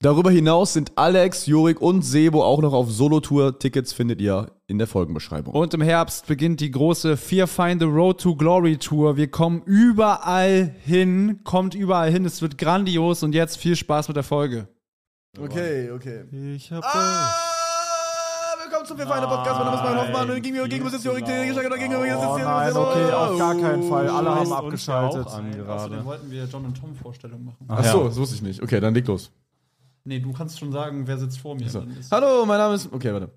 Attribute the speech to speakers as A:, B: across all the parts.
A: Darüber hinaus sind Alex, Jurik und Sebo auch noch auf Solo-Tour. Tickets findet ihr in der Folgenbeschreibung.
B: Und im Herbst beginnt die große Fear Find the Road to Glory Tour. Wir kommen überall hin, kommt überall hin. Es wird grandios und jetzt viel Spaß mit der Folge.
A: Okay, okay. Ah,
C: Ich hab
A: Willkommen zum Vier Feinde Podcast. Mein Name ist Mein Hoffmann. Gegen mir, gegen mir sitzt Jurik, gegen mir sitzt Jurik, gegen mir sitzt
D: Nein, okay, auf gar keinen Fall. Alle haben abgeschaltet.
B: Außerdem wollten wir John und Tom Vorstellung machen.
A: Achso, das wusste ich nicht. Okay, dann leg los.
B: Nee, du kannst schon sagen, wer sitzt vor mir.
A: So. Hallo, mein Name ist. Okay, warte.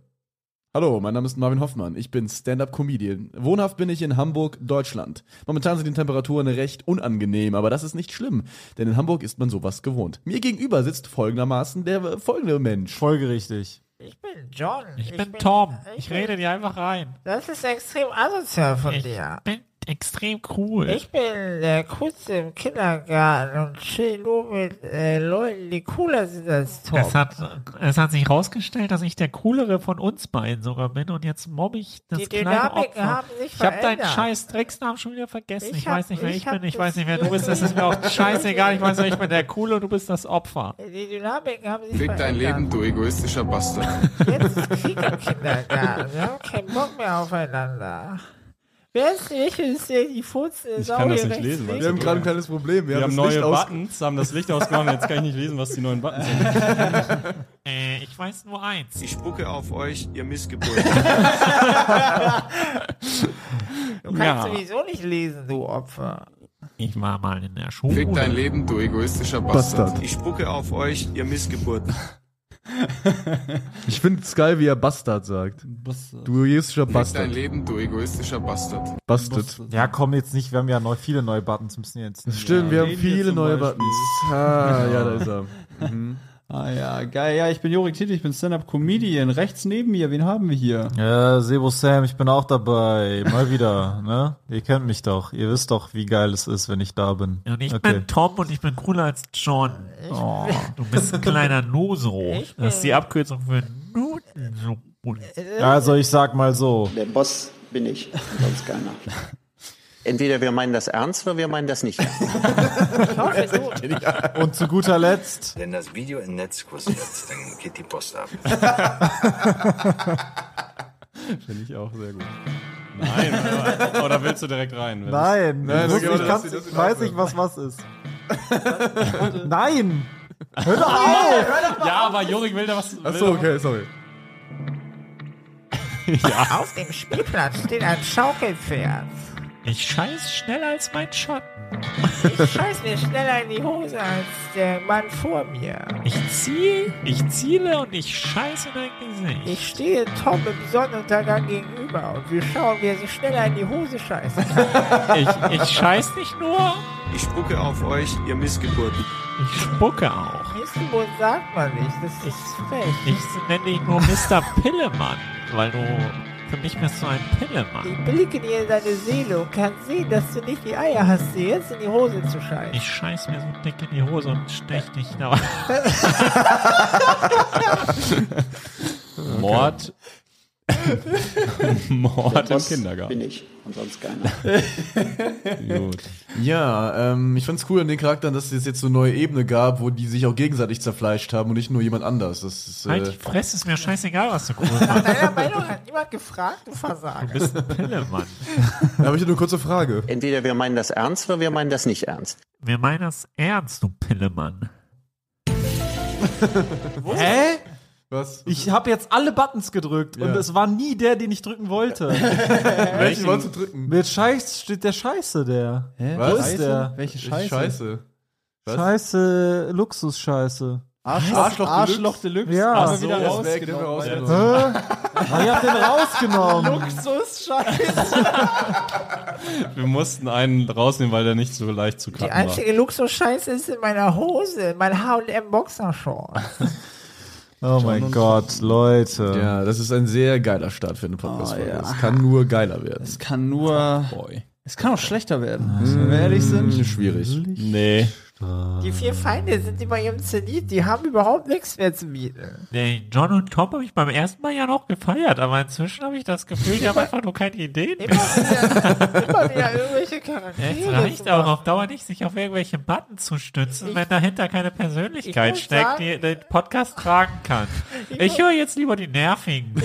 A: Hallo, mein Name ist Marvin Hoffmann. Ich bin Stand-up-Comedian. Wohnhaft bin ich in Hamburg, Deutschland. Momentan sind die Temperaturen recht unangenehm, aber das ist nicht schlimm, denn in Hamburg ist man sowas gewohnt. Mir gegenüber sitzt folgendermaßen der äh, folgende Mensch.
D: Folgerichtig.
E: Ich bin John.
F: Ich bin Tom. Ich rede dir einfach rein.
E: Das ist extrem asozial von
F: Ich
E: dir.
F: bin extrem cool.
E: Ich bin der Coolste im Kindergarten und chill nur mit äh, Leuten, die cooler sind als Tom.
F: es hat, es hat sich herausgestellt, dass ich der coolere von uns beiden sogar bin und jetzt mobb ich das
E: Die
F: kleine
E: Dynamiken
F: Opfer.
E: haben sich
F: ich habe deinen
E: verändert.
F: scheiß Drecksnamen schon wieder vergessen.
E: Ich
F: Ich,
E: hab-
F: weiß nicht, wer
E: ich
F: ich,
E: hab
F: bin, ich
E: das
F: weiß nicht, wer du bist. Das ist mir auch scheißegal. Ich weiß nur, ich bin der Coole und du bist das Opfer.
E: die Dynamiken haben sich
G: Fick dein Leben,
E: verändert.
G: du egoistischer Bastard.
E: Jetzt ist Krieg im Kindergarten. Wir haben keinen Bock mehr aufeinander. Wer ist nicht, ist der die Furzen
D: Ich kann das nicht lesen,
A: Wir haben gerade ein kleines Problem. Wir,
D: Wir haben
A: das
D: neue
A: Licht aus-
D: Buttons, haben das Licht ausgemacht. Jetzt kann ich nicht lesen, was die neuen Buttons sind.
F: Äh, ich weiß nur eins.
H: Ich spucke auf euch, ihr Missgeburt.
E: Du kannst
F: Ja.
E: sowieso nicht lesen, du Opfer.
F: Ich war mal in der
G: Fick dein
F: Schule.
G: Leben, du egoistischer Bastard.
A: Bastard.
H: Ich spucke auf euch, ihr Missgeburt.
A: Ich finde es geil, wie er Bastard sagt.
D: äh,
A: Du jüdischer
G: Fick dein
A: Bastard.
G: Leben, du egoistischer Bastard.
A: Bastard.
D: äh, Ja,
C: Ja, komm jetzt nicht, wir haben ja neu, viele neue Buttons, müssen jetzt nicht.
A: Stimmt, wir haben
D: Leben hier
A: viele
D: äh, zum
A: neue
D: Beispiel.
A: Buttons. Ah, ja, da ist er.
B: Ah ja, geil. Ja, ich bin Jorik Titt, ich bin Stand-Up-Comedian. Rechts neben mir, wen haben wir hier?
D: Ja, Sebo Sam, ich bin auch dabei. Mal wieder, ne? Ihr kennt mich doch. Ihr wisst doch, wie geil es ist, wenn ich da bin.
F: Und ich
D: Okay.
F: bin Tom und ich bin cooler als John. Oh, du bist ein kleiner Nuso.
E: Ich
F: Das ist die Abkürzung für Nutensohn.
D: Also, ich sag mal so.
I: Der Boss bin ich, sonst keiner. Entweder wir meinen das ernst oder wir meinen das nicht.
E: Ich hoffe, du,
D: Und zu guter Letzt.
J: Wenn das Video im Netz kursiert, dann geht die Post ab.
A: Finde ich auch sehr gut.
D: Nein, aber- oder willst du direkt rein? Wenn
K: Nein,
A: Nein,
K: ich, muss,
A: okay, warte,
K: ich kann's,
A: lass ihn- lass ihn
K: weiß nicht, was was ist. Nein! Hör doch auf!
D: es- Ja, aber Jorik will da was. will
A: Achso,
D: da-
A: okay, sorry.
E: auf dem Spielplatz steht ein Schaukelpferd.
F: Ich scheiß schneller als mein Schatten.
E: Ich scheiß mir schneller in die Hose als der Mann vor mir.
F: Ich ziel, ich ziele und ich scheiße in dein Gesicht.
E: Ich stehe Tom im Sonnenuntergang gegenüber und wir schauen, wie er sich schneller in die Hose scheißt.
F: Ich, ich scheiß nicht nur,
H: Ich spucke auf euch, ihr Missgeburt.
F: ich spucke auch.
E: Missgeburt sagt man nicht, das ist frech.
F: Ich nenne dich nur Mr. Pillemann, weil du für mich bist du ein Pillemann.
E: Ich blicke dir in deine Seele und kann sehen, dass du nicht die Eier hast, dir jetzt in die Hose zu scheißen.
F: Ich scheiß mir so dick in die Hose und stech dich da.
D: Mord. Mord
I: Der
D: im
I: Boss
D: Kindergarten.
I: bin ich und sonst keiner.
D: Gut.
A: Ja, ähm, ich fand's cool an den Charakteren, dass es jetzt so eine neue Ebene gab, wo die sich auch gegenseitig zerfleischt haben und nicht nur jemand anders. Das ist,
F: Halt
A: äh,
F: die Fresse, ist mir scheißegal, was du cool machst.
E: Deiner Meinung hat niemand gefragt, du Versager.
F: Du bist ein Pillemann.
A: da habe ich nur eine kurze Frage.
I: Entweder wir meinen das ernst oder wir meinen das nicht ernst.
F: Wir meinen das ernst, du Pillemann.
C: Hä?
A: Was?
C: Ich habe jetzt alle Buttons gedrückt und
A: Ja.
C: es war nie der, den ich drücken wollte.
A: Welchen wolltest du drücken?
C: Mit Scheiß steht der Scheiße, der.
B: Hä?
A: Was?
C: Wo ist der?
B: Welche
A: Scheiße.
B: Scheiße?
A: Scheiße. Was?
C: Scheiße, Luxus-Scheiße.
B: Arschloch,
A: Arschloch
B: Arschloch Deluxe.
C: Ja.
B: Ach
C: Ach
A: so,
B: wieder
A: das
B: raus,
A: wär- den wir
B: genau.
A: rausgenommen.
B: Ja,
E: Oh,
C: Ah, ihr habt den rausgenommen.
D: Wir mussten einen rausnehmen, weil der nicht so leicht zu
E: Die
D: cutten war.
E: einzige Luxus-Scheiße ist in meiner Hose, in meiner H&M Boxershorts.
C: Oh mein Gott, Leute.
A: Ja, das ist ein sehr geiler Start für eine Podcast-Folge.
B: Oh, ja.
A: Es kann nur geiler werden.
B: Es kann nur. Es kann auch schlechter werden. Wenn wir ehrlich
A: Hm,
B: sind.
A: schwierig. Nee.
E: Die vier Feinde sind über ihrem Zenit, die haben überhaupt nichts mehr zu bieten.
F: Nee, John und Tom habe ich beim ersten Mal ja noch gefeiert, aber inzwischen habe ich das Gefühl, die haben einfach nur keine Ideen mehr.
E: Immer wieder irgendwelche Charaktere.
F: Es reicht
E: zu
F: auch
E: machen.
F: auf Dauer nicht, sich auf irgendwelche Button zu stützen,
E: Ich-
F: wenn dahinter keine Persönlichkeit
E: Ich muss
F: steckt,
E: sagen-
F: die den Podcast tragen kann. Ich höre jetzt lieber die Nervigen.
E: Ich,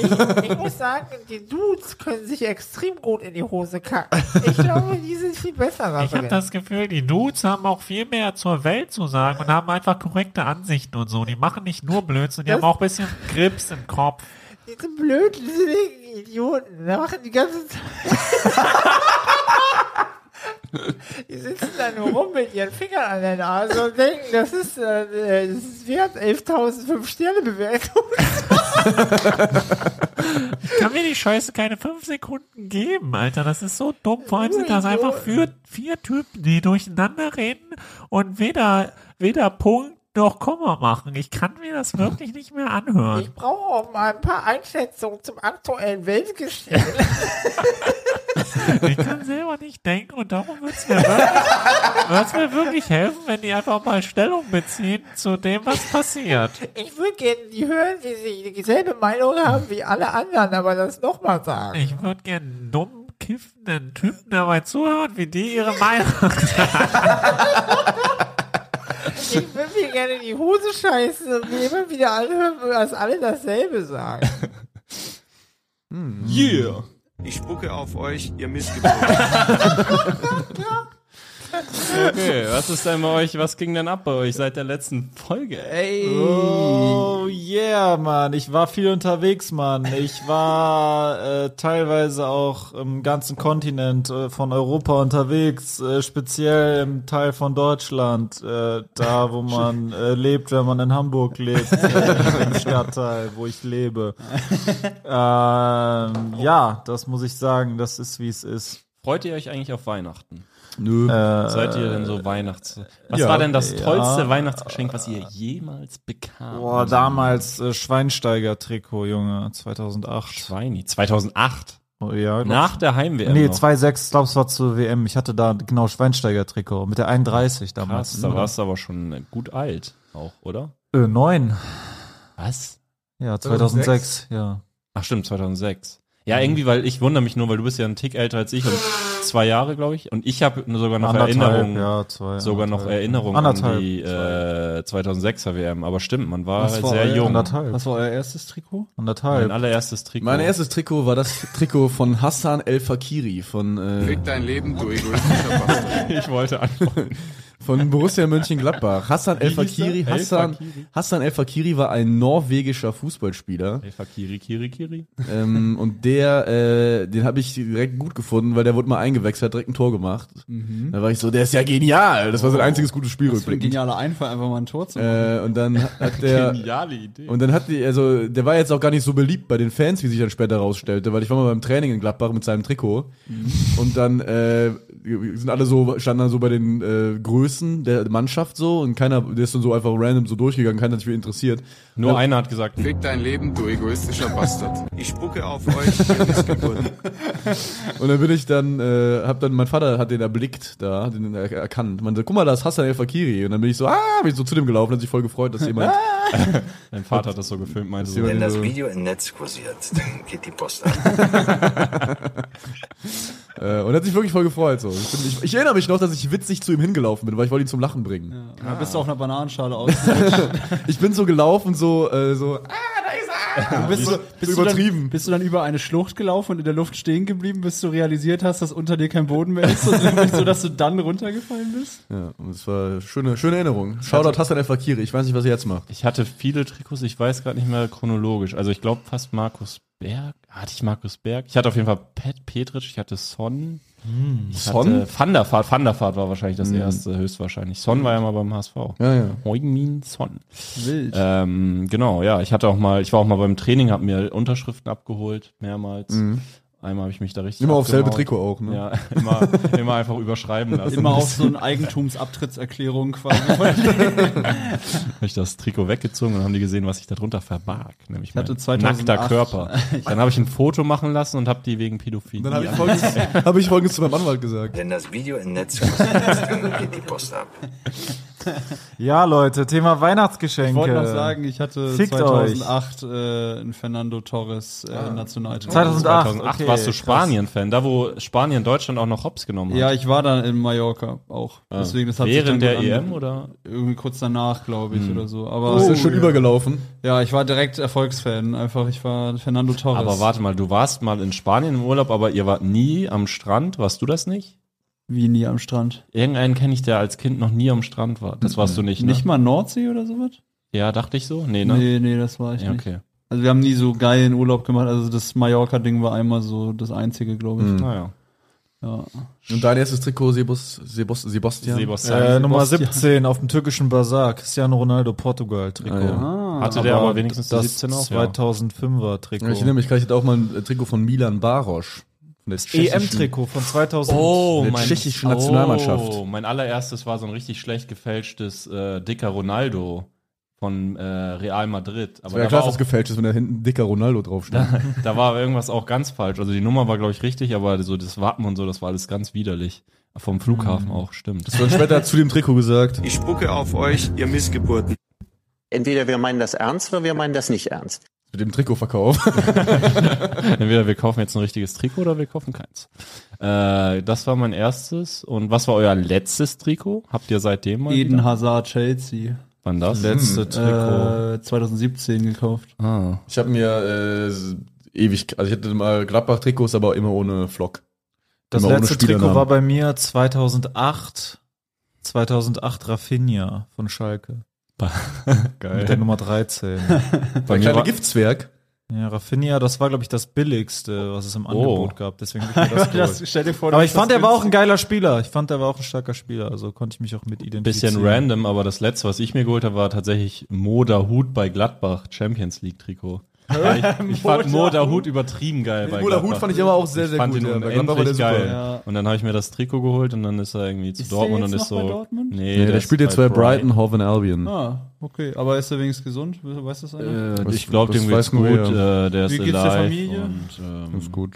E: ich muss sagen, die Dudes können sich extrem gut in die Hose kacken. Ich glaube, die sind viel besser darin.
F: Ich habe das Gefühl, die Dudes haben auch viel mehr zur Welt zu sagen und haben einfach korrekte Ansichten und so. Die machen nicht nur Blödsinn, die
E: Das-
F: haben auch ein bisschen Grips im Kopf.
E: Diese blödsinnigen Idioten, da machen die ganze Zeit. die sitzen da nur rum mit ihren Fingern an der Nase und denken, das ist, äh, das ist wert 11.005 Sterne Bewertung.
F: Ich kann mir die Scheiße keine fünf Sekunden geben, Alter. Das ist so dumm. Vor allem sind das einfach für vier Typen, die durcheinander reden und weder, weder Punkt noch Komma machen. Ich kann mir das wirklich nicht mehr anhören.
E: Ich brauche auch mal ein paar Einschätzungen zum aktuellen Weltgeschehen.
F: Ich kann selber nicht denken und darum würde es mir, wirklich- würd's mir wirklich helfen, wenn die einfach mal Stellung beziehen zu dem, was passiert.
E: Ich würde gerne die hören, wie sie dieselbe Meinung haben wie alle anderen, aber das nochmal sagen.
F: Ich würde gerne einen dummen, kiffenden Typen dabei zuhören, wie die ihre Meinung.
E: Ich würde mir gerne die Hose scheißen und mir immer wieder anhören, dass alle dasselbe sagen.
B: Hm.
A: Yeah.
H: Ich spucke auf euch, ihr Missgeburt.
D: Okay, was ist denn bei euch? Was ging denn ab bei euch seit der letzten Folge? Ey.
L: Oh yeah, Mann. Ich war viel unterwegs, Mann. Ich war äh, teilweise auch im ganzen Kontinent äh, von Europa unterwegs, äh, speziell im Teil von Deutschland, äh, da wo man äh, lebt, wenn man in Hamburg lebt, äh, im Stadtteil, wo ich lebe. Ähm, ja, das muss ich sagen, das ist wie es ist.
D: Freut ihr euch eigentlich auf Weihnachten?
L: Nö. Äh,
D: Seid ihr denn so Weihnachts... Was
L: ja.
D: war denn das
L: Ja.
D: tollste Weihnachtsgeschenk, was ihr jemals bekamt?
L: Boah, damals äh, Schweinsteiger-Trikot, Junge, 2008.
D: Schweini, 2008?
L: Oh, ja, glaubst
D: Nach
L: du?
D: der Heim-WM
L: Nee,
D: noch.
L: 2-6, glaubst du, war zur WM. Ich hatte da genau Schweinsteiger-Trikot mit der 31 damals. Mhm.
D: Krass, da warst du aber schon gut alt auch, oder?
L: Äh, 9.
D: Was?
L: Ja, 2006,
D: 2006?
L: ja.
D: Ach stimmt, 2006. Ja, irgendwie, weil ich wundere mich nur, weil du bist ja einen Tick älter als ich, um zwei Jahre, glaube ich. Und ich habe sogar noch
L: Anderthalb,
D: Erinnerungen,
L: ja, zwei,
D: sogar noch
L: anderthalb.
D: Erinnerungen
L: Anderthalb,
D: an die äh, 2006er WM. Aber stimmt, man war äh,
A: Was war
D: sehr
A: euer-
D: jung.
A: anderthalb?
B: Was war euer erstes Trikot?
L: Anderthalb.
D: Mein allererstes Trikot.
A: Mein erstes Trikot war das Trikot von Hassan El Fakiri von äh,
G: Leg dein Leben, du egoistischer Bastard.
D: ich wollte antworten.
A: von Borussia Mönchengladbach. Hassan El
D: Wie hieß er?
A: Fakiri.
D: El
A: Hassan,
D: Fakiri.
A: Hassan El Fakiri war ein norwegischer Fußballspieler.
D: Ey, Fakiri, Kiri, Kiri.
A: ähm, und der, äh, den habe ich direkt gut gefunden, weil der wurde mal eingewechselt, hat direkt ein Tor gemacht.
B: Mhm.
A: Da war ich so, der ist ja genial. Das war
D: Oh.
A: sein einziges gutes Spiel
B: Was für ein
A: rückblickend.
B: genialer Einfall, einfach mal ein Tor zu machen.
A: Äh, und dann hat der.
D: Geniale Idee.
A: Und dann hat die, also der war jetzt auch gar nicht so beliebt bei den Fans, wie sich dann später rausstellte, weil ich war mal beim Training in Gladbach mit seinem Trikot
D: Mhm.
A: und dann äh, sind alle so, standen dann so bei den äh, Größen der Mannschaft so und keiner, der ist dann so einfach random so durchgegangen, keiner hat sich für ihn interessiert.
D: Nur einer hat gesagt,
G: Fick dein Leben, du egoistischer Bastard.
H: Ich spucke auf euch, ihr Missgeburt.
A: Und dann bin ich dann, äh, hab dann, mein Vater hat den erblickt da, hat den er erkannt. Man sagt, guck mal, das ist Hassan El-Fakiri. Und dann bin ich so, ah, bin ich so zu dem gelaufen, hat sich voll gefreut, dass jemand,
D: dein Vater hat das so gefilmt, meinte so.
J: Wenn
A: jemand
J: das
A: so,
J: Video im Netz kursiert, dann geht die Post ab.
A: äh, und hat sich wirklich voll gefreut, so. Ich, bin, ich, ich erinnere mich noch, dass ich witzig zu ihm hingelaufen bin, weil ich wollte ihn zum Lachen bringen.
B: Da bist du auf einer Bananenschale aus.
A: Ich bin so gelaufen, so, äh, so, ah,
B: Du bist, so, bist Du
A: übertrieben.
B: dann, bist du dann über eine Schlucht gelaufen und in der Luft stehen geblieben, bis du realisiert hast, dass unter dir kein Boden mehr ist und dann bist du, dass du dann runtergefallen bist?
A: Ja, und es war schöne, schöne Erinnerung. Shoutout Hassan El-Fakiri. Ich weiß nicht, was er jetzt macht.
D: Ich hatte viele Trikots, ich weiß gerade nicht mehr chronologisch. Also ich glaube fast Markus Berg. Hatte ich Markus Berg? Ich hatte auf jeden Fall Pat Petritsch, ich hatte Son. Ich
A: Hm. Son?
D: hatte Thunderfahrt. Thunderfahrt war wahrscheinlich das erste, höchstwahrscheinlich. Son war ja mal beim HSV.
A: Ja, ja.
D: Heung-Min Son.
B: Wild.
D: Ähm, genau, ja. Ich hatte auch mal, ich war auch mal beim Training, habe mir Unterschriften abgeholt, mehrmals. Einmal habe ich mich da richtig.
A: Mhm. Immer auf selbe
D: abgemault.
A: Trikot auch, ne?
D: Ja, immer, immer einfach überschreiben lassen.
B: Immer auch so eine Eigentumsabtrittserklärung quasi.
D: habe ich das Trikot weggezogen und haben die gesehen, was ich darunter verbarg. Nämlich
B: Ich hatte
D: mein
B: 2008
D: nackter Körper. Dann habe ich ein Foto machen lassen und habe die wegen Pädophilie.
A: Dann habe ich, folgendes- hab ich folgendes zu meinem Anwalt gesagt.
J: Wenn das Video im Netz gepostet ist, dann geht die Post ab.
C: Ja, Leute, Thema Weihnachtsgeschenke.
B: Ich wollte noch sagen, ich hatte
C: Fickt
B: 2008 äh, einen Fernando Torres äh, Nationaltrainer.
D: 2008 Ah. warst du Spanien-Fan, da wo Spanien Deutschland auch noch hops genommen hat.
B: Ja, ich war dann in Mallorca auch.
D: Ah.
B: Deswegen, das hat
D: Während
B: sich dann gut
D: der
B: an-
D: EM oder?
B: Irgendwie kurz danach, glaube ich,
D: Hm.
B: oder so.
A: Oh,
B: Aber
D: Das ist schon
A: übergelaufen.
B: Ja, ich war direkt Erfolgsfan. Einfach, ich war Fernando Torres.
D: Aber warte mal, du warst mal in Spanien im Urlaub, aber ihr wart nie am Strand. Warst du das nicht?
B: Wie nie am Strand?
D: Irgendeinen kenne ich, der als Kind noch nie am Strand war. Das warst du nicht, ne?
B: Nicht mal Nordsee oder sowas?
D: Ja, dachte ich so. Nee, ne?
B: Nee, nee, das war ich
D: Ja,
B: nicht.
D: okay.
B: Also wir haben nie so geilen Urlaub gemacht. Also das Mallorca-Ding war einmal so das einzige, glaube ich.
A: Mhm.
D: Ah, ja.
B: ja.
A: Und dein erstes Trikot, Sebus, Sebus, Sebastian.
C: Äh, Nummer 17 auf dem türkischen Bazar, Cristiano Ronaldo Portugal-Trikot.
A: Ah, ja. Hatte
D: der aber wenigstens die
C: das
D: 17 auch, ja.
C: 2005er Trikot.
A: Ich nehme, ich kann ich hatte auch mal ein Trikot von Milan Barosch. Von der tschechischen-
C: EM-Trikot E von 2000.
D: Oh,
A: der
D: mein,
A: tschechischen Nationalmannschaft.
D: Oh, mein allererstes war so ein richtig schlecht gefälschtes äh, dicker Ronaldo von äh, Real Madrid.
A: Das
D: Aber
A: wäre ja
D: da
A: klar,
D: war
A: dass das
D: auch,
A: gefälscht ist, wenn da hinten dicker Ronaldo draufsteht.
D: da, da war irgendwas auch ganz falsch. Also die Nummer war glaube ich richtig, aber so das Wappen und so, das war alles ganz widerlich. Vom Flughafen auch, stimmt.
A: Das wird später zu dem Trikot gesagt.
H: Ich spucke auf euch, ihr Missgeburten.
I: Entweder wir meinen das ernst oder wir meinen das nicht ernst.
A: Mit dem Trikotverkauf.
D: Entweder wir kaufen jetzt ein richtiges Trikot oder wir kaufen keins. Äh, das war mein erstes. Und was war euer letztes Trikot? Habt ihr seitdem mal?
B: Eden
D: wieder-
B: Hazard Chelsea.
D: Wann das?
A: Letzte
D: Hm.
A: Trikot.
B: Äh, 2017 gekauft.
D: Ah.
A: Ich habe mir äh, ewig, also ich hatte mal Gladbach-Trikots, aber immer ohne Flock.
C: Das
A: immer
C: letzte Trikot
A: Spielernamen.
C: war bei mir 2008. 2008 Rafinha von Schalke.
D: Geil.
C: Mit der Nummer 13.
A: Bei mir kleine war- Giftzwerg.
C: Ja, Raffinia, das war, glaube ich, das billigste, was es im
D: Oh.
C: Angebot gab. Deswegen hab ich mir das,
B: Das-
C: geholt.
B: stell dir vor, du
C: aber
B: hast
C: ich fand,
B: das
C: er war auch ein
B: günstig-
C: geiler Spieler. Ich fand, er war auch ein starker Spieler. Also konnte ich mich auch mit identifizieren.
D: Bisschen random, aber das letzte, was ich mir geholt habe, war tatsächlich Moda Hut bei Gladbach, Champions League Trikot. Weil Ich, ich fand
A: Moda
D: Moda Hut übertrieben geil. Bei
A: Moda Hut
D: Gladbach.
A: fand ich aber auch sehr, sehr
D: ich fand
A: gut,
D: Ihn
A: ja. Bei
D: unendlich
A: Gladbach war der super.
D: geil.
A: Ja.
D: Und dann habe ich mir das Trikot geholt und dann ist er irgendwie zu
B: Ist der
D: Dortmund
B: jetzt
D: und ist
B: noch
D: so.
B: bei Dortmund?
D: Nee,
A: Nee, der
D: ist
A: spielt jetzt bei Brighton Hove and Albion.
B: Ah, okay. Aber ist er wenigstens gesund? We- Weiß das einer?
D: Äh,
A: Was-
D: ich glaube,
A: was
D: dem geht's
A: weiß nur
D: gut.
A: er.
D: Äh, der ist
B: Wie geht's der
D: alive
B: Familie?
D: Und, ähm, mm.
A: Ist gut.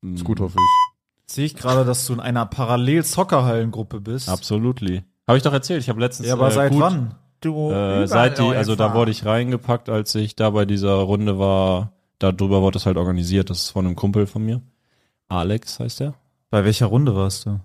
D: mh,
A: Ist gut, hoffe ich.
C: Sehe ich gerade, dass du in einer Parallel-Soccerhallengruppe bist.
D: Absolutely. Habe ich doch erzählt. Ich habe letztens. äh,
C: Ja, aber seit
D: gut,
C: wann?
E: Du
D: Äh, seit die, also da
E: Überläufer.
D: wurde ich reingepackt, als ich da bei dieser Runde war. Darüber wurde das halt organisiert. Das ist von einem Kumpel von mir. Alex heißt er.
C: Bei welcher Runde warst du?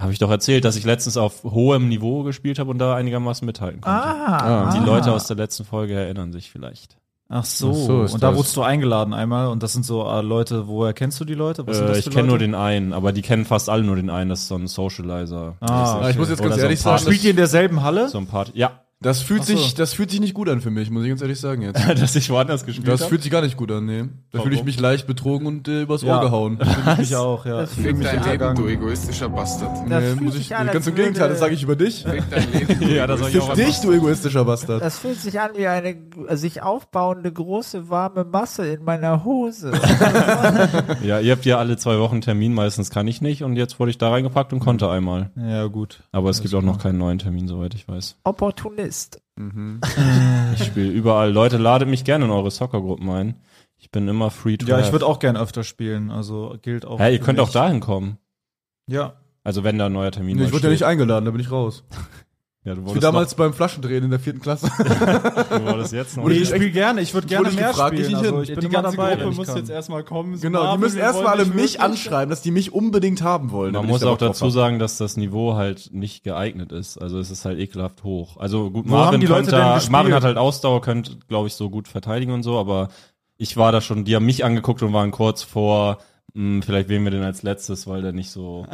D: Habe ich doch erzählt, dass ich letztens auf hohem Niveau gespielt habe und da einigermaßen mithalten konnte.
E: Ah,
D: die
C: ah.
D: Leute aus der letzten Folge erinnern sich vielleicht.
C: Ach so.
A: Ach so, ist
C: und da
A: das-
C: wurdest du eingeladen einmal. Und das sind so äh, Leute, woher kennst du die Leute? Was sind
D: Äh,
C: das
D: ich
C: für
D: kenne nur
C: Leute?
D: den einen, aber die kennen fast alle nur den einen. Das ist so ein Socializer.
C: Ah,
A: Ja, ich muss
C: okay.
A: jetzt ganz
D: Oder
A: ehrlich
D: so ein
A: sagen,
D: Party-
C: Spielt ihr in derselben Halle?
D: so ein Part. Ja,
A: Das fühlt,
C: Ach so.
A: sich, das fühlt sich nicht gut an für mich, muss ich ganz ehrlich sagen jetzt.
D: dass ich woanders gespielt
A: Das
D: habe.
A: fühlt sich gar nicht gut an, nee. Da
D: Warum?
A: fühle ich mich leicht betrogen und äh, übers
C: Ja.
A: Ohr gehauen.
C: Ich auch, ja.
G: Fick dein Leben,
C: gegangen.
G: du egoistischer Bastard.
E: Das
A: Nee,
E: fühlt
A: muss
E: sich
A: ich,
E: an, als
A: ganz im
E: würde-
A: Gegenteil, das sage ich über dich.
G: Fick dein Leben, um. du
D: Ja, das sag ich
G: egoistischer
D: auch
A: Fick dich, du egoistischer Bastard.
E: Das fühlt sich an wie eine sich aufbauende große warme Masse in meiner Hose.
D: Ja, ihr habt ja alle zwei Wochen Termin, meistens kann ich nicht und jetzt wurde ich da reingepackt und konnte einmal.
C: Ja, gut.
D: Aber es gibt auch noch keinen neuen Termin, soweit ich weiß.
E: Opportunist.
D: Mhm. Ich spiele überall. Leute, ladet mich gerne in eure Soccergruppen ein. Ich bin immer free to
C: Ja, ich
D: have.
C: würde auch gern öfter spielen. Also gilt auch.
D: Hä, ihr
C: für
D: könnt
C: mich.
D: auch dahin kommen.
C: Ja.
D: Also wenn da ein neuer Termin
A: Nee, ich
D: mal
A: wurde ja nicht
D: steht.
A: eingeladen, da bin ich raus.
D: ja, du
A: Wie
D: wurdest
A: damals beim Flaschendrehen in der vierten Klasse.
D: Noch, du wurdest jetzt noch.
A: Wurde
C: Nee,
D: nicht.
C: ich spiele gerne. Ich würde gerne
A: ich
C: mehr
A: gefragt,
C: spielen.
A: gehe ich hin?
C: Also ich
B: Ja,
C: bin
B: die
C: immer
B: ganze
C: dabei, wenn
B: Gruppe
C: ich
B: muss
C: kann.
B: jetzt erstmal kommen. So,
A: genau, die
B: Marvin,
A: müssen
B: wir
A: erstmal
B: wollen
A: alle
B: dich
A: mich
B: wirklich-
A: anschreiben, dass die mich unbedingt haben wollen.
D: Man
A: damit ich
D: muss
A: da
D: auch
A: Bock drauf
D: dazu
A: hab.
D: sagen, dass das Niveau halt nicht geeignet ist. Also es ist halt ekelhaft hoch. Also gut,
C: Wo haben
D: Marvin,
C: die Leute
D: könnte,
C: denn
D: da-
C: gespielt?
D: Marvin hat halt Ausdauer, könnte, glaube ich, so gut verteidigen und so, aber ich war da schon, die haben mich angeguckt und waren kurz vor, mh, vielleicht wählen wir den als letztes, weil der nicht so,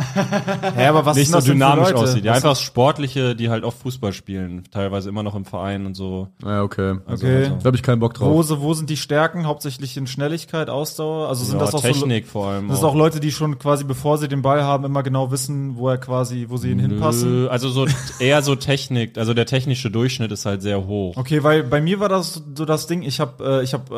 C: Hä, aber was
D: nicht
C: sind
D: so
C: das denn für
D: dynamisch
C: Leute?
D: aussieht. Ja,
C: Was-
D: einfach Sportliche, die halt auch Fußball spielen, teilweise immer noch im Verein und so.
A: Ja, okay.
D: Also,
C: Okay.
D: also.
A: Da habe ich keinen Bock drauf.
C: Wo, se- wo sind die Stärken? Hauptsächlich in Schnelligkeit, Ausdauer? Also sind
D: Ja,
C: das auch
D: Technik
C: so,
D: vor allem
C: Das sind
D: auch.
C: auch Leute, die schon quasi, bevor sie den Ball haben, immer genau wissen, wo er quasi, wo sie ihn hinpassen.
D: Nö, Also so eher so Technik, also der technische Durchschnitt ist halt sehr hoch.
C: Okay, weil bei mir war das so das Ding, ich habe äh, ich hab, äh,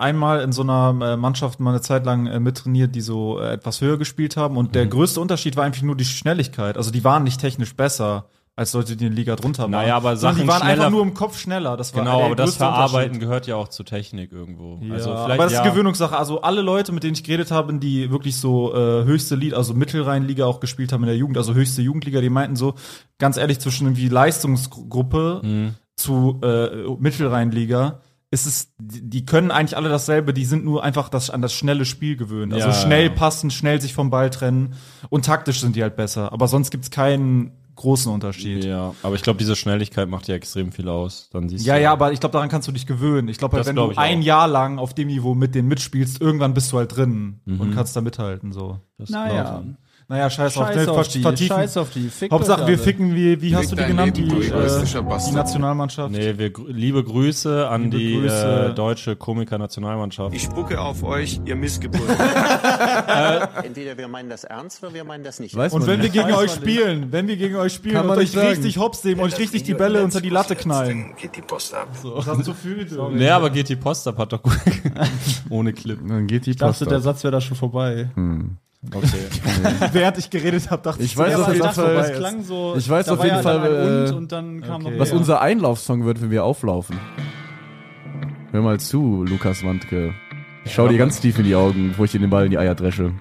C: einmal in so einer äh, Mannschaft mal eine Zeit lang äh, mittrainiert, die so äh, etwas höher gespielt haben. Und
D: Mhm.
C: der größte Unterschied war einfach nur die Schnelligkeit. Also die waren nicht technisch besser als Leute, die in der Liga drunter waren.
D: Naja, aber
C: Sondern
D: Sachen
C: die waren
D: schneller-
C: einfach nur im Kopf schneller. Das war
D: Genau,
C: der
D: aber das
C: größte
D: Verarbeiten
C: Unterschied.
D: gehört ja auch zur Technik irgendwo.
C: Ja,
D: also vielleicht,
C: aber das
D: ja.
C: ist Gewöhnungssache. Also alle Leute, mit denen ich geredet habe, die wirklich so äh, höchste Lied, also Mittelrheinliga auch gespielt haben in der Jugend, also höchste Jugendliga, die meinten so, ganz ehrlich, zwischen irgendwie Leistungsgruppe
D: Mhm.
C: zu äh, Mittelrheinliga, ist es, die die können eigentlich alle dasselbe, die sind nur einfach das, an das schnelle Spiel gewöhnt. Also
D: Ja.
C: schnell passen, schnell sich vom Ball trennen und taktisch sind die halt besser. Aber sonst gibt's keinen großen Unterschied.
D: Ja, aber ich glaube, diese Schnelligkeit macht ja extrem viel aus. Dann siehst
C: Ja,
D: du,
C: ja, aber ich glaube, daran kannst du dich gewöhnen. Ich glaube, halt,
D: Das
C: wenn
D: glaub
C: du
D: ich
C: ein Jahr lang auf dem Niveau mit denen mitspielst, irgendwann bist du halt drin und
D: Mhm.
C: kannst da mithalten. So.
D: Das
B: Naja.
C: glaub ich. Naja, scheiß,
B: Scheiß
C: auf, ne,
B: auf
C: ver-
B: die,
C: vertiefen.
B: scheiß auf die, fickt
C: Hauptsache,
B: euch
C: wir
B: alle.
C: ficken, wie, wie hast
D: Fick
C: du die
D: dein
C: genannt?
D: Leben,
C: die,
D: du egoistischer
C: äh, die
D: Bastard.
C: Nationalmannschaft.
D: Nee, wir, gr- liebe Grüße an
C: Liebe
D: die
C: Grüße.
D: Äh, deutsche Komiker-Nationalmannschaft.
H: Ich spucke auf euch, ihr Missgeburt.
I: Entweder wir meinen das ernst oder wir meinen das nicht.
C: und wenn wir gegen euch spielen, wenn wir gegen euch spielen
I: Kann
C: und
I: man
C: euch
I: nicht sagen.
C: richtig hops nehmen,
I: Wenn
C: euch
I: das
C: richtig die
I: Video
C: Bälle
I: im
C: unter die
I: Netz
C: Latte knallen.
J: Geht die Post ab.
C: Das hast du viel, du.
D: Nee, aber geht die Post ab, hat doch gut. Ohne Clip.
A: Dann geht die
B: Ich dachte,
A: Post
B: der
A: ab.
B: Satz wäre da schon vorbei.
A: Hm.
D: Okay.
C: Während ich geredet habe, dachte
A: Ich weiß
B: Ja,
A: auf
B: aber
A: jeden
B: ich dachte,
A: Fall.
B: das klang so-
A: ich weiß
B: da
A: auf
B: war
A: jeden
B: ja
A: Fall,
B: dann ein
A: äh,
B: und- und dann kam noch-
A: was
B: ja.
A: unser Einlaufsong wird, wenn wir auflaufen. Hör mal zu, Lukas Wandke. Ich schau dir ganz tief in die Augen, wo ich dir den Ball in die Eier dresche.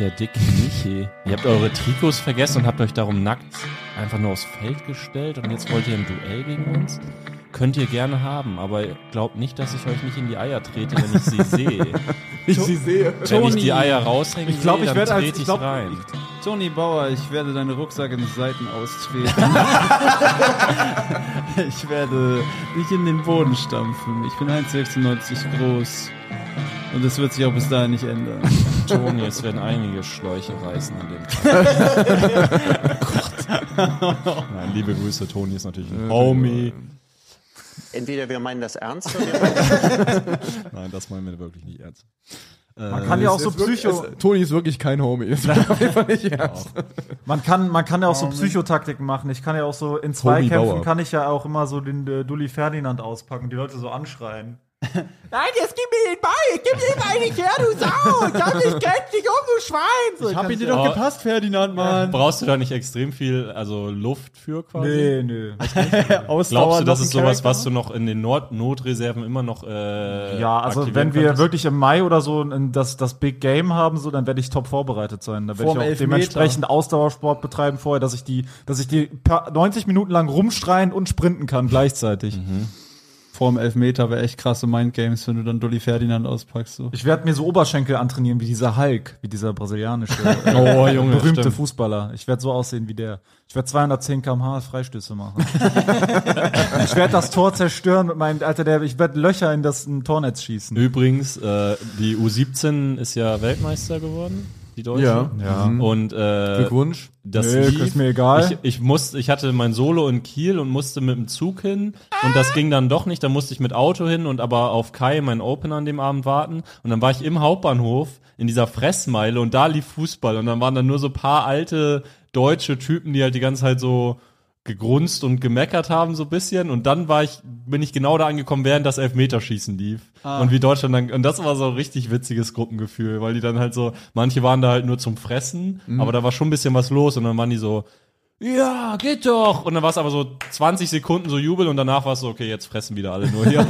D: Der dicke Michi. Ihr habt eure Trikots vergessen und habt euch darum nackt einfach nur aufs Feld gestellt und jetzt wollt ihr ein Duell gegen uns? Könnt ihr gerne haben, aber glaubt nicht, dass ich euch nicht in die Eier trete, wenn ich sie sehe.
A: Ich sie sehe.
D: Wenn ich die Eier raushängen
B: Ich glaube,
D: sehe,
B: ich
D: dann
B: werde als
D: trete
B: ich
D: ich
B: glaub,
D: rein.
B: ich- Toni Bauer, ich werde deine Rucksäcke mit Seiten austreten. ich werde dich in den Boden stampfen. Ich bin 1,96 groß. Und das wird sich auch bis dahin nicht ändern.
D: Toni, es werden einige Schläuche reißen an dem Tag. Gott. Nein, liebe Grüße, Toni ist natürlich ein
C: genau.
D: Homie.
I: Entweder wir meinen das ernst oder wir meinen das nicht.
D: Nein, das meinen wir wirklich nicht ernst. Äh,
C: Man kann ja auch so
A: Äh, Es ist wirklich-
C: Psycho-
A: es- Toni ist wirklich kein Homie. Das war auf jeden Fall nicht ernst.
C: Man kann, man kann ja auch so Psychotaktiken machen. Ich kann ja auch so in
A: Tobi
C: Zweikämpfen
A: Bauer.
C: kann ich ja auch immer so den äh, Dulli Ferdinand auspacken, die Leute so anschreien.
E: Nein, jetzt gib mir den Ball! Gib mir den Ball nicht her, du Sau! Das ist dich um, du Schwein! So,
B: Ich hab
E: kannst
B: ihn dir
E: du-
B: doch
D: Aber-
B: gepasst, Ferdinand, Mann.
D: Oh. Brauchst du da nicht extrem viel also Luft für quasi?
B: Nee,
C: nö.
D: Glaubst du,
C: noch
D: das ist
C: ein
D: sowas,
C: Charakter?
D: was du noch in den Nord Notreserven immer noch äh,
C: Ja, also
D: aktivieren
C: wenn wir
D: könntest?
C: wirklich im Mai oder so ein- das, das Big Game haben, so, dann werde ich top vorbereitet sein. Da werde
B: Vorm
C: ich auch
B: Elfmeter.
C: dementsprechend Ausdauersport betreiben vorher, dass ich die, dass ich die pa- 90 Minuten lang rumschreien und sprinten kann gleichzeitig.
D: Mhm.
B: Vor dem Elfmeter wäre echt krasse Mindgames, wenn du dann Dulli Ferdinand auspackst. So.
C: Ich werde mir so Oberschenkel antrainieren wie dieser Hulk, wie dieser brasilianische äh,
D: Oh, Junge,
C: berühmte
D: stimmt.
C: Fußballer. Ich werde so aussehen wie der. Ich werde 210 km/h Freistöße machen. ich werde das Tor zerstören mit meinem Alter. Der, ich werde Löcher in das ein Tornetz schießen.
D: Übrigens, äh, die U17 ist ja Weltmeister geworden, die Deutsche.
A: Ja. Ja.
D: Und äh,
A: Glückwunsch.
D: Das
C: Nee,
D: lief.
C: ist mir egal.
D: Ich, ich musste, ich hatte mein Solo in Kiel und musste mit dem Zug hin und das ging dann doch nicht. Da musste ich mit Auto hin und aber auf Kai, mein Opener an dem Abend warten und dann war ich im Hauptbahnhof in dieser Fressmeile und da lief Fußball und dann waren dann nur so paar alte deutsche Typen, die halt die ganze Zeit so gegrunzt und gemeckert haben so ein bisschen und dann war ich bin ich genau da angekommen während das Elfmeterschießen lief
B: Ah.
D: und wie Deutschland dann und das war so ein richtig witziges Gruppengefühl weil die dann halt so manche waren da halt nur zum Fressen
A: Mhm.
D: aber da war schon ein bisschen was los und dann waren die so ja geht doch und dann war es aber so 20 Sekunden so Jubel und danach war es so okay jetzt fressen wieder alle nur hier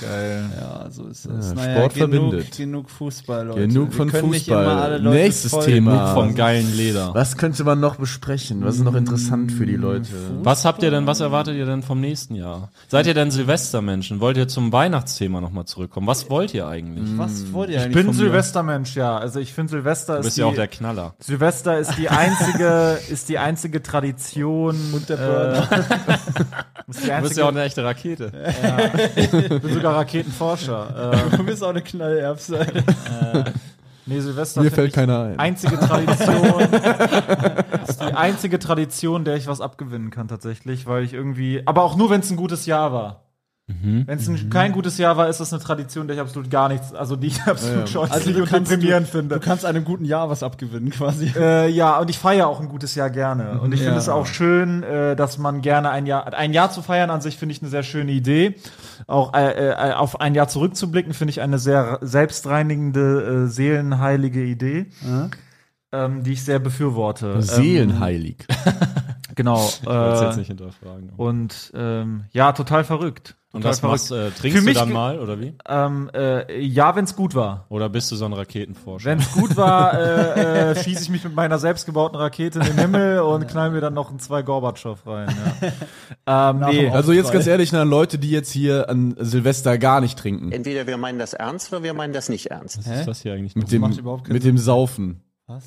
B: Geil. Ja, so ist das.
A: Ja,
B: naja,
A: Sport
B: genug,
A: verbindet.
B: Äh, Genug Fußball, Leute.
A: Genug
B: Wir
A: von
B: können nicht immer alle
A: Fußball.
B: Leute
A: Nächstes
B: voll-
A: Thema.
D: vom geilen Leder
A: Was könnte man noch besprechen? Was ist noch interessant für die Leute?
D: was habt ihr denn was erwartet ihr denn vom nächsten Jahr seid ihr denn Silvestermenschen wollt ihr zum Weihnachtsthema nochmal zurückkommen was wollt ihr eigentlich
B: Was wollt ihr
C: Ich
B: eigentlich
C: bin
B: von mir?
C: Silvestermensch, ja. Also ich finde Silvester
D: du
C: ist
D: bist
C: die,
D: ja auch der Knaller
C: Silvester ist die einzige ist die einzige Tradition und der ist die
D: du bist
C: einzige,
D: ja auch eine echte Rakete
C: ja. Ich bin sogar Raketenforscher. Ähm, Äh.
B: Du bist auch eine Knallerbse.
C: Nee, Silvester
A: Mir
C: find
A: fällt
C: ich
A: keiner ein.
C: Einzige Tradition. ist die einzige Tradition, der ich was abgewinnen kann tatsächlich, weil ich irgendwie, aber auch nur wenn es ein gutes Jahr war.
A: Mhm.
C: Wenn es ein- kein gutes Jahr war, ist das eine Tradition, der ich absolut gar nichts, also die ich absolut scheußlich
B: Also du
C: und
B: kannst-
C: deprimierend
B: du-
C: finde.
B: du kannst einem guten Jahr was abgewinnen, quasi.
C: Äh, ja, und ich feiere auch ein gutes Jahr gerne. Und ich
B: Ja.
C: finde es auch schön, äh, dass man gerne ein Jahr, ein Jahr zu feiern an sich finde ich eine sehr schöne Idee. Auch äh, äh, auf ein Jahr zurückzublicken finde ich eine sehr selbstreinigende, äh, seelenheilige Idee, ähm, die ich sehr befürworte. Ähm,
A: Seelenheilig.
C: Genau.
D: Ich wollt's jetzt nicht hinterfragen.
C: Und ähm, ja, total verrückt.
D: Und
C: total
D: was machst, äh,
C: Für
D: trinkst du
C: mich
D: dann
C: ge-
D: mal, oder wie?
C: Ähm, äh, ja, wenn es gut war.
D: Oder bist du so ein Raketenforscher?
C: Wenn es gut war, äh, äh, schieße ich mich mit meiner selbstgebauten Rakete in den Himmel und knall mir dann noch ein zwei Gorbatschow rein. Ja. Ähm, nee.
A: Also jetzt ganz ehrlich, an Leute, die jetzt hier an Silvester gar nicht
C: Äh,
A: trinken.
I: Entweder wir meinen das ernst oder wir meinen das nicht ernst.
D: Was ist das hier eigentlich?
A: Mit dem, mit dem Saufen.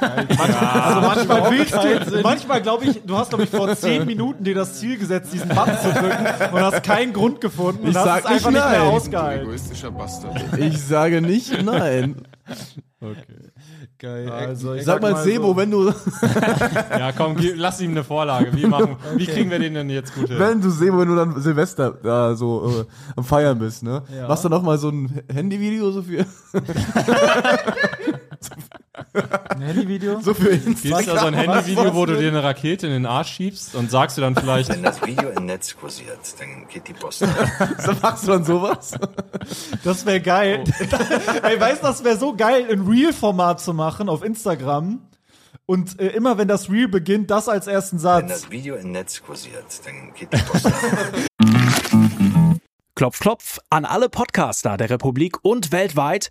C: Also manchmal
A: Überhaupt
C: willst
A: keinen
C: du,
A: Sinn.
C: manchmal glaube ich, du hast glaube ich vor zehn Minuten dir das Ziel gesetzt, diesen Button zu drücken und hast keinen Grund gefunden und
A: Ich
C: hast
A: sag
C: es einfach
A: nicht
C: nicht mehr
A: nein.
C: ausgehalten.
G: Egoistischer Bastard.
A: Ich sage nicht nein.
D: Okay.
B: Geil.
C: Also,
A: Sag mal, Sebo, wenn du.
D: ja, komm, gib- lass ihm eine Vorlage. Wie, machen, wie kriegen wir den denn jetzt gut hin?
A: Wenn du Sebo, wenn du dann Silvester da so äh, am Feiern bist, ne?
D: Ja.
A: Machst du noch mal so ein Handyvideo so für.
C: Ein Handyvideo?
A: So für Instagram.
D: Gibt es da so ein
A: Was
D: Handyvideo,
A: machst
D: wo
A: du
D: du dir
A: denn?
D: eine Rakete in den Arsch schiebst und sagst du dann vielleicht.
J: Wenn das Video im Netz kursiert, dann geht die Post
A: Machst du dann sowas? Oh.
C: Das wäre geil. Ey, weißt du, das wäre so geil, ein Reel-Format zu machen auf Instagram. Und äh, immer wenn das Reel beginnt, das als ersten
J: Wenn
C: Satz.
J: das Video im Netz kursiert, dann geht die Post
M: Klopf, klopf an alle Podcaster der Republik und weltweit.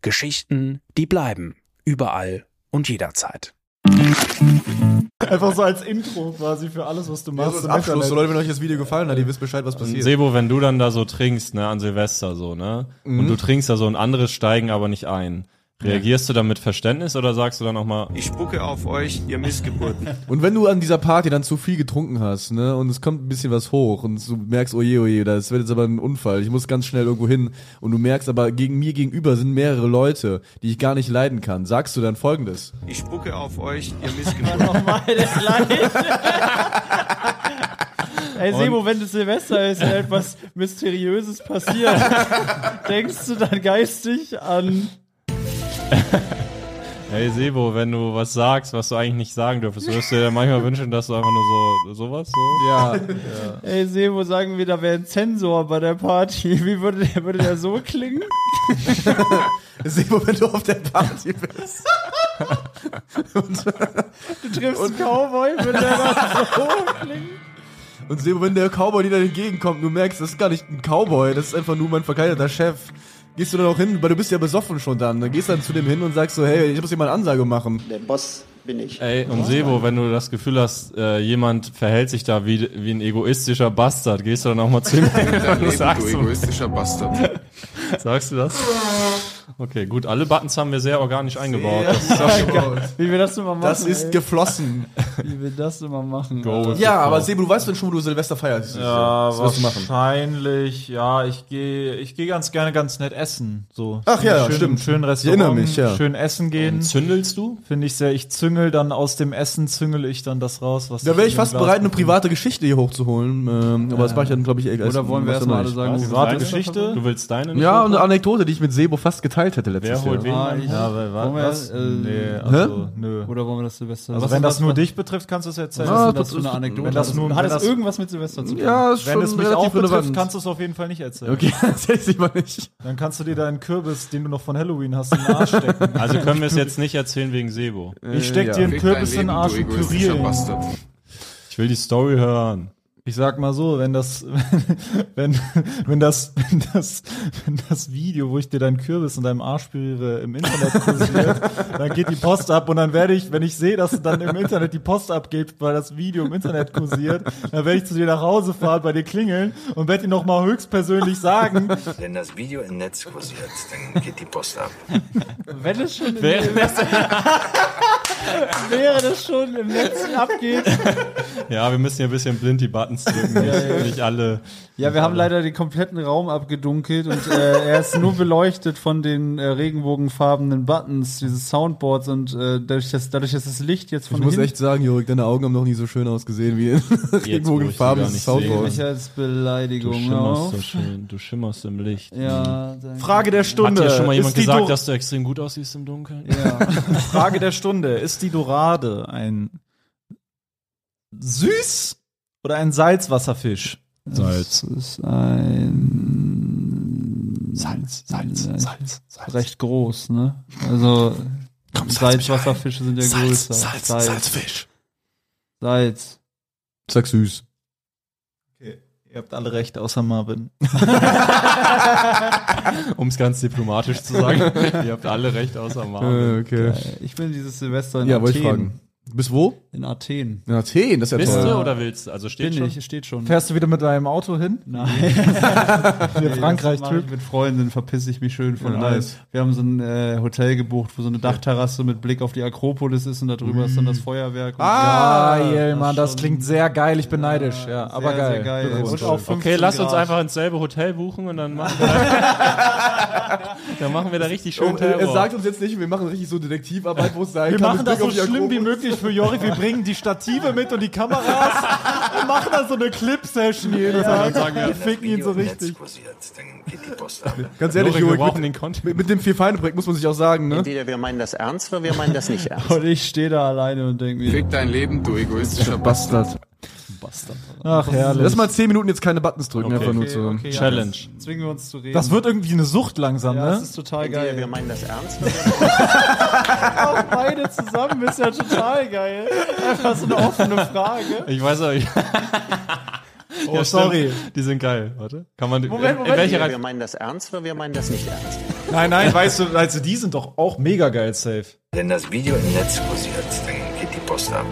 M: Geschichten, die bleiben. Überall und jederzeit.
C: Einfach so als Intro quasi für alles, was du machst.
A: so als
C: im
A: Abschluss.
C: Internet.
A: So, Leute, wenn euch das Video gefallen hat, ihr wisst Bescheid, was passiert.
D: Äh, Sebo, wenn du dann da so trinkst, ne, an Silvester so, ne?
A: Mhm.
D: Und du trinkst da so und andere steigen aber nicht ein. Reagierst du dann mit Verständnis oder sagst du dann auch mal,
H: Ich spucke auf euch, ihr Missgeburten.
A: Und wenn du an dieser Party dann zu viel getrunken hast, ne, und es kommt ein bisschen was hoch und du merkst, oh oje, oje, das wird jetzt aber ein Unfall, ich muss ganz schnell irgendwo hin und du merkst aber, gegen mir gegenüber sind mehrere Leute, die ich gar nicht leiden kann, sagst du dann folgendes.
H: Ich spucke auf euch, ihr Missgeburten.
N: Ey, Sebo, wenn es Silvester ist und etwas Mysteriöses passiert, denkst du dann geistig an.
D: hey Sebo, wenn du was sagst, was du eigentlich nicht sagen dürftest, würdest du dir dann manchmal wünschen, dass du einfach nur so, sowas, so?
H: Ah,
A: Ja.
N: Ey, Sebo, sagen wir, da wäre ein Zensor bei der Party. Wie würde der, würde der so klingen?
A: Sebo, wenn du auf der Party bist. und,
N: Du triffst einen Cowboy, würde der dann so klingen?
A: und Sebo, wenn der Cowboy dir dann entgegenkommt, du merkst, das ist gar nicht ein Cowboy, das ist einfach nur mein verkleideter Chef. Gehst du dann auch hin, weil du bist ja besoffen schon dann, dann gehst dann zu dem hin und sagst so, hey, ich muss dir mal eine Ansage machen.
I: Der Boss bin ich.
D: Ey, und Sebo, wenn du das Gefühl hast, äh, jemand verhält sich da wie, wie ein egoistischer Bastard, gehst du dann auch mal zu ihm
G: Dein
D: hin und
G: Leben,
D: sagst
G: du
D: du,
G: egoistischer Bastard.
D: Sagst du das? Okay, gut. Alle Buttons haben wir sehr organisch eingebaut.
N: Sehr
D: Das ist auch schon mal-
N: Wie wir das immer machen.
A: Das ist
N: ey.
A: geflossen.
N: Wie wir das immer machen.
D: Go with
A: Ja,
D: the
A: aber
D: flow.
A: Sebo, du weißt dann schon, wo du Silvester feierst.
C: Ja,
A: was wirst du machen?
C: wahrscheinlich. Ja, ich gehe ich gehe ganz gerne ganz nett essen. So.
A: Ach ja,
C: schön,
A: stimmt.
C: Schön
A: Ich
C: Restaurant,
A: erinnere mich, ja.
C: schön essen gehen.
D: Zündelst du?
C: Finde ich sehr. Ich züngel dann aus dem Essen, züngel ich dann das raus, was
A: Da wäre ich
C: in dem
A: fast
C: Glas
A: bereit, eine
C: gefunden
A: private Geschichte hier hochzuholen. Ähm, aber das mache ich dann, glaube ich, eher als-
B: Oder wollen wir
A: was
B: erstmal
A: immer
B: alle
A: ich.
B: sagen,
D: Was,
B: wo wir
D: warte,
B: Silvester
D: Geschichte? Du willst deine? nicht
A: Ja, und eine
D: hochholen?
A: Anekdote, die ich mit Sebo fast geteilt hätte letztes
D: Wer
A: Jahr.
D: holt wen?
B: Ah, ich-
D: eigentlich?
C: Ja, aber wa-
B: Wollen wir,
C: was?
B: äh,
C: nee, also, nö.
B: Oder wollen wir das Silvester?
C: Also,
B: Was
C: wenn
B: ist
C: das nur
B: für-
C: dich betrifft, kannst du es erzählen.
B: Was
A: Ah,
B: ist denn das für eine
A: das-
B: Anekdote? Also
C: wenn das nun-
B: hat
C: wenn
B: das
C: das-
B: irgendwas mit Silvester zu tun?
A: Ja, ist
C: Wenn
A: schon
C: es mich
A: relativ
C: auch betrifft,
A: relevant.
C: kannst du es auf jeden Fall nicht erzählen.
A: okay, tatsächlich mal nicht.
C: Dann kannst du dir deinen Kürbis, den du noch von Halloween hast, in den Arsch stecken.
D: Also können wir es jetzt nicht erzählen wegen Sebo.
C: Ich steck
A: Äh,
C: dir einen
G: Fick dein
C: Kürbis in
G: Leben,
C: den
G: du
C: Arsch und püriere
G: egoistischer
C: ihn.
G: Bastard.
D: Ich will die Story hören.
C: ich sag mal so, wenn das, wenn, wenn das, wenn das, wenn das Video, wo ich dir deinen Kürbis in deinem Arsch spüre, im Internet kursiert, dann geht die Post ab und dann werde ich, wenn ich sehe, dass du dann im Internet die Post abgibst, weil das Video im Internet kursiert, dann werde ich zu dir nach Hause fahren, bei dir klingeln und werde dir nochmal höchstpersönlich sagen,
J: Wenn das Video im Netz kursiert, dann geht die Post ab.
B: Wenn es schon im,
J: Wäre
B: im wäre das schon im letzten abgeht.
D: Ja, wir müssen ja ein bisschen blind die Buttons drücken. nicht, nicht alle.
B: Ja, wir haben leider den kompletten Raum abgedunkelt und äh, er ist nur beleuchtet von den äh, regenbogenfarbenen Buttons, dieses Soundboards und äh, dadurch, dass, dadurch, dass das Licht jetzt von
A: Ich muss
B: hinten-
A: echt sagen, Jörg, deine Augen haben noch nie so schön ausgesehen wie in
D: Regenbogenfarben
A: regenbogenfarbenes Soundboard.
B: Mich als
D: Du
B: Beleidigung
D: schimmerst
B: auf.
D: so schön, du schimmerst im Licht.
B: Ja, danke.
C: Frage der Stunde.
D: Hat dir schon mal
C: Ist
D: jemand
C: die
D: gesagt,
C: Dor-
D: dass du extrem gut aussiehst im Dunkeln?
C: Frage der Stunde. Ist die Dorade ein süß oder ein Salzwasserfisch?
B: Salz. ist ein
D: Salz, Salz, Salz, Salz.
B: Recht groß, ne? Also Salzwasserfische sind ja größer. Salz. Salz.
A: Sag süß.
C: Okay. Ihr habt alle recht, außer Marvin.
D: Um es ganz diplomatisch zu sagen, ihr habt alle recht außer Marvin.
A: Äh, okay.
B: Ich bin dieses Silvester in
A: Ja,
B: Athen.
A: wollte ich fragen. Bis wo?
B: In Athen.
A: In Athen, das ist ja
D: Bist
A: toll.
D: du oder willst du? Also steht
B: Bin
D: schon.
B: ich, steht schon.
C: Fährst du wieder mit deinem Auto hin?
B: Nein.
C: Hier Frankreich-Typ.
B: Mit Freunden verpiss ich mich schön von
C: Ja,
B: allen.
C: nice.
B: Wir haben so ein äh, Hotel gebucht, wo so eine Dachterrasse mit Blick auf die Akropolis ist und da drüber ist dann das Feuerwerk. Und
C: Mm. Ah, Geil, Mann, das klingt sehr geil. Ich bin neidisch. Ja, aber
B: sehr
C: geil.
B: geil.
C: Glückwunsch.
B: Und auch
D: Okay,
B: 15
D: lass uns
B: Grad.
D: einfach ins selbe Hotel buchen und dann machen wir, dann machen wir da richtig schön
A: Und, äh,
D: Terror.
A: es sagt uns jetzt nicht, wir machen richtig so Detektivarbeit, wo es sein
C: Wir
A: kann.
C: machen
A: mit
C: das
A: Blick
C: so
A: auf die
C: schlimm wie
A: Akropolis.
C: möglich für Jorik. Wir bringen die Stative mit und die Kameras und machen da so eine Clip-Session jeden Tag. Wir ficken ihn so richtig.
J: Dann geht die Post ab.
A: Ganz ehrlich,
D: Jorik, wir
A: Jorik,
D: brauchen
A: mit,
D: den Content.
A: mit, mit dem Vier-Feinde-Projekt muss man sich auch sagen, ne?
I: Entweder wir meinen das ernst oder wir meinen das nicht ernst.
B: Und ich stehe da alleine und denke mir.
O: Fick dein Leben, du egoistischer Bastard.
C: Ach, herrlich.
A: Lass mal 10 Minuten jetzt keine Buttons drücken, einfach nur zu.
B: ja,
D: Challenge.
B: das Zwingen wir uns zu reden.
C: Das wird irgendwie eine Sucht langsam,
B: ja, das
C: ne?
B: ist total
I: Entweder wir
B: geil.
I: meinen das ernst oder
B: Auch beide zusammen ist ja total geil. Einfach so eine offene Frage.
D: Ich weiß auch nicht.
C: Oh, sorry.
D: Die sind geil. Warte. Kann man
B: Moment,
D: in, in
B: Moment.
D: welcher
I: entweder
D: Reihe?
I: wir meinen das ernst oder wir meinen das nicht ernst.
C: Nein, nein, weißt du, also die sind doch auch mega geil safe.
J: Wenn das Video im Netz kursiert, dann geht die Post ab.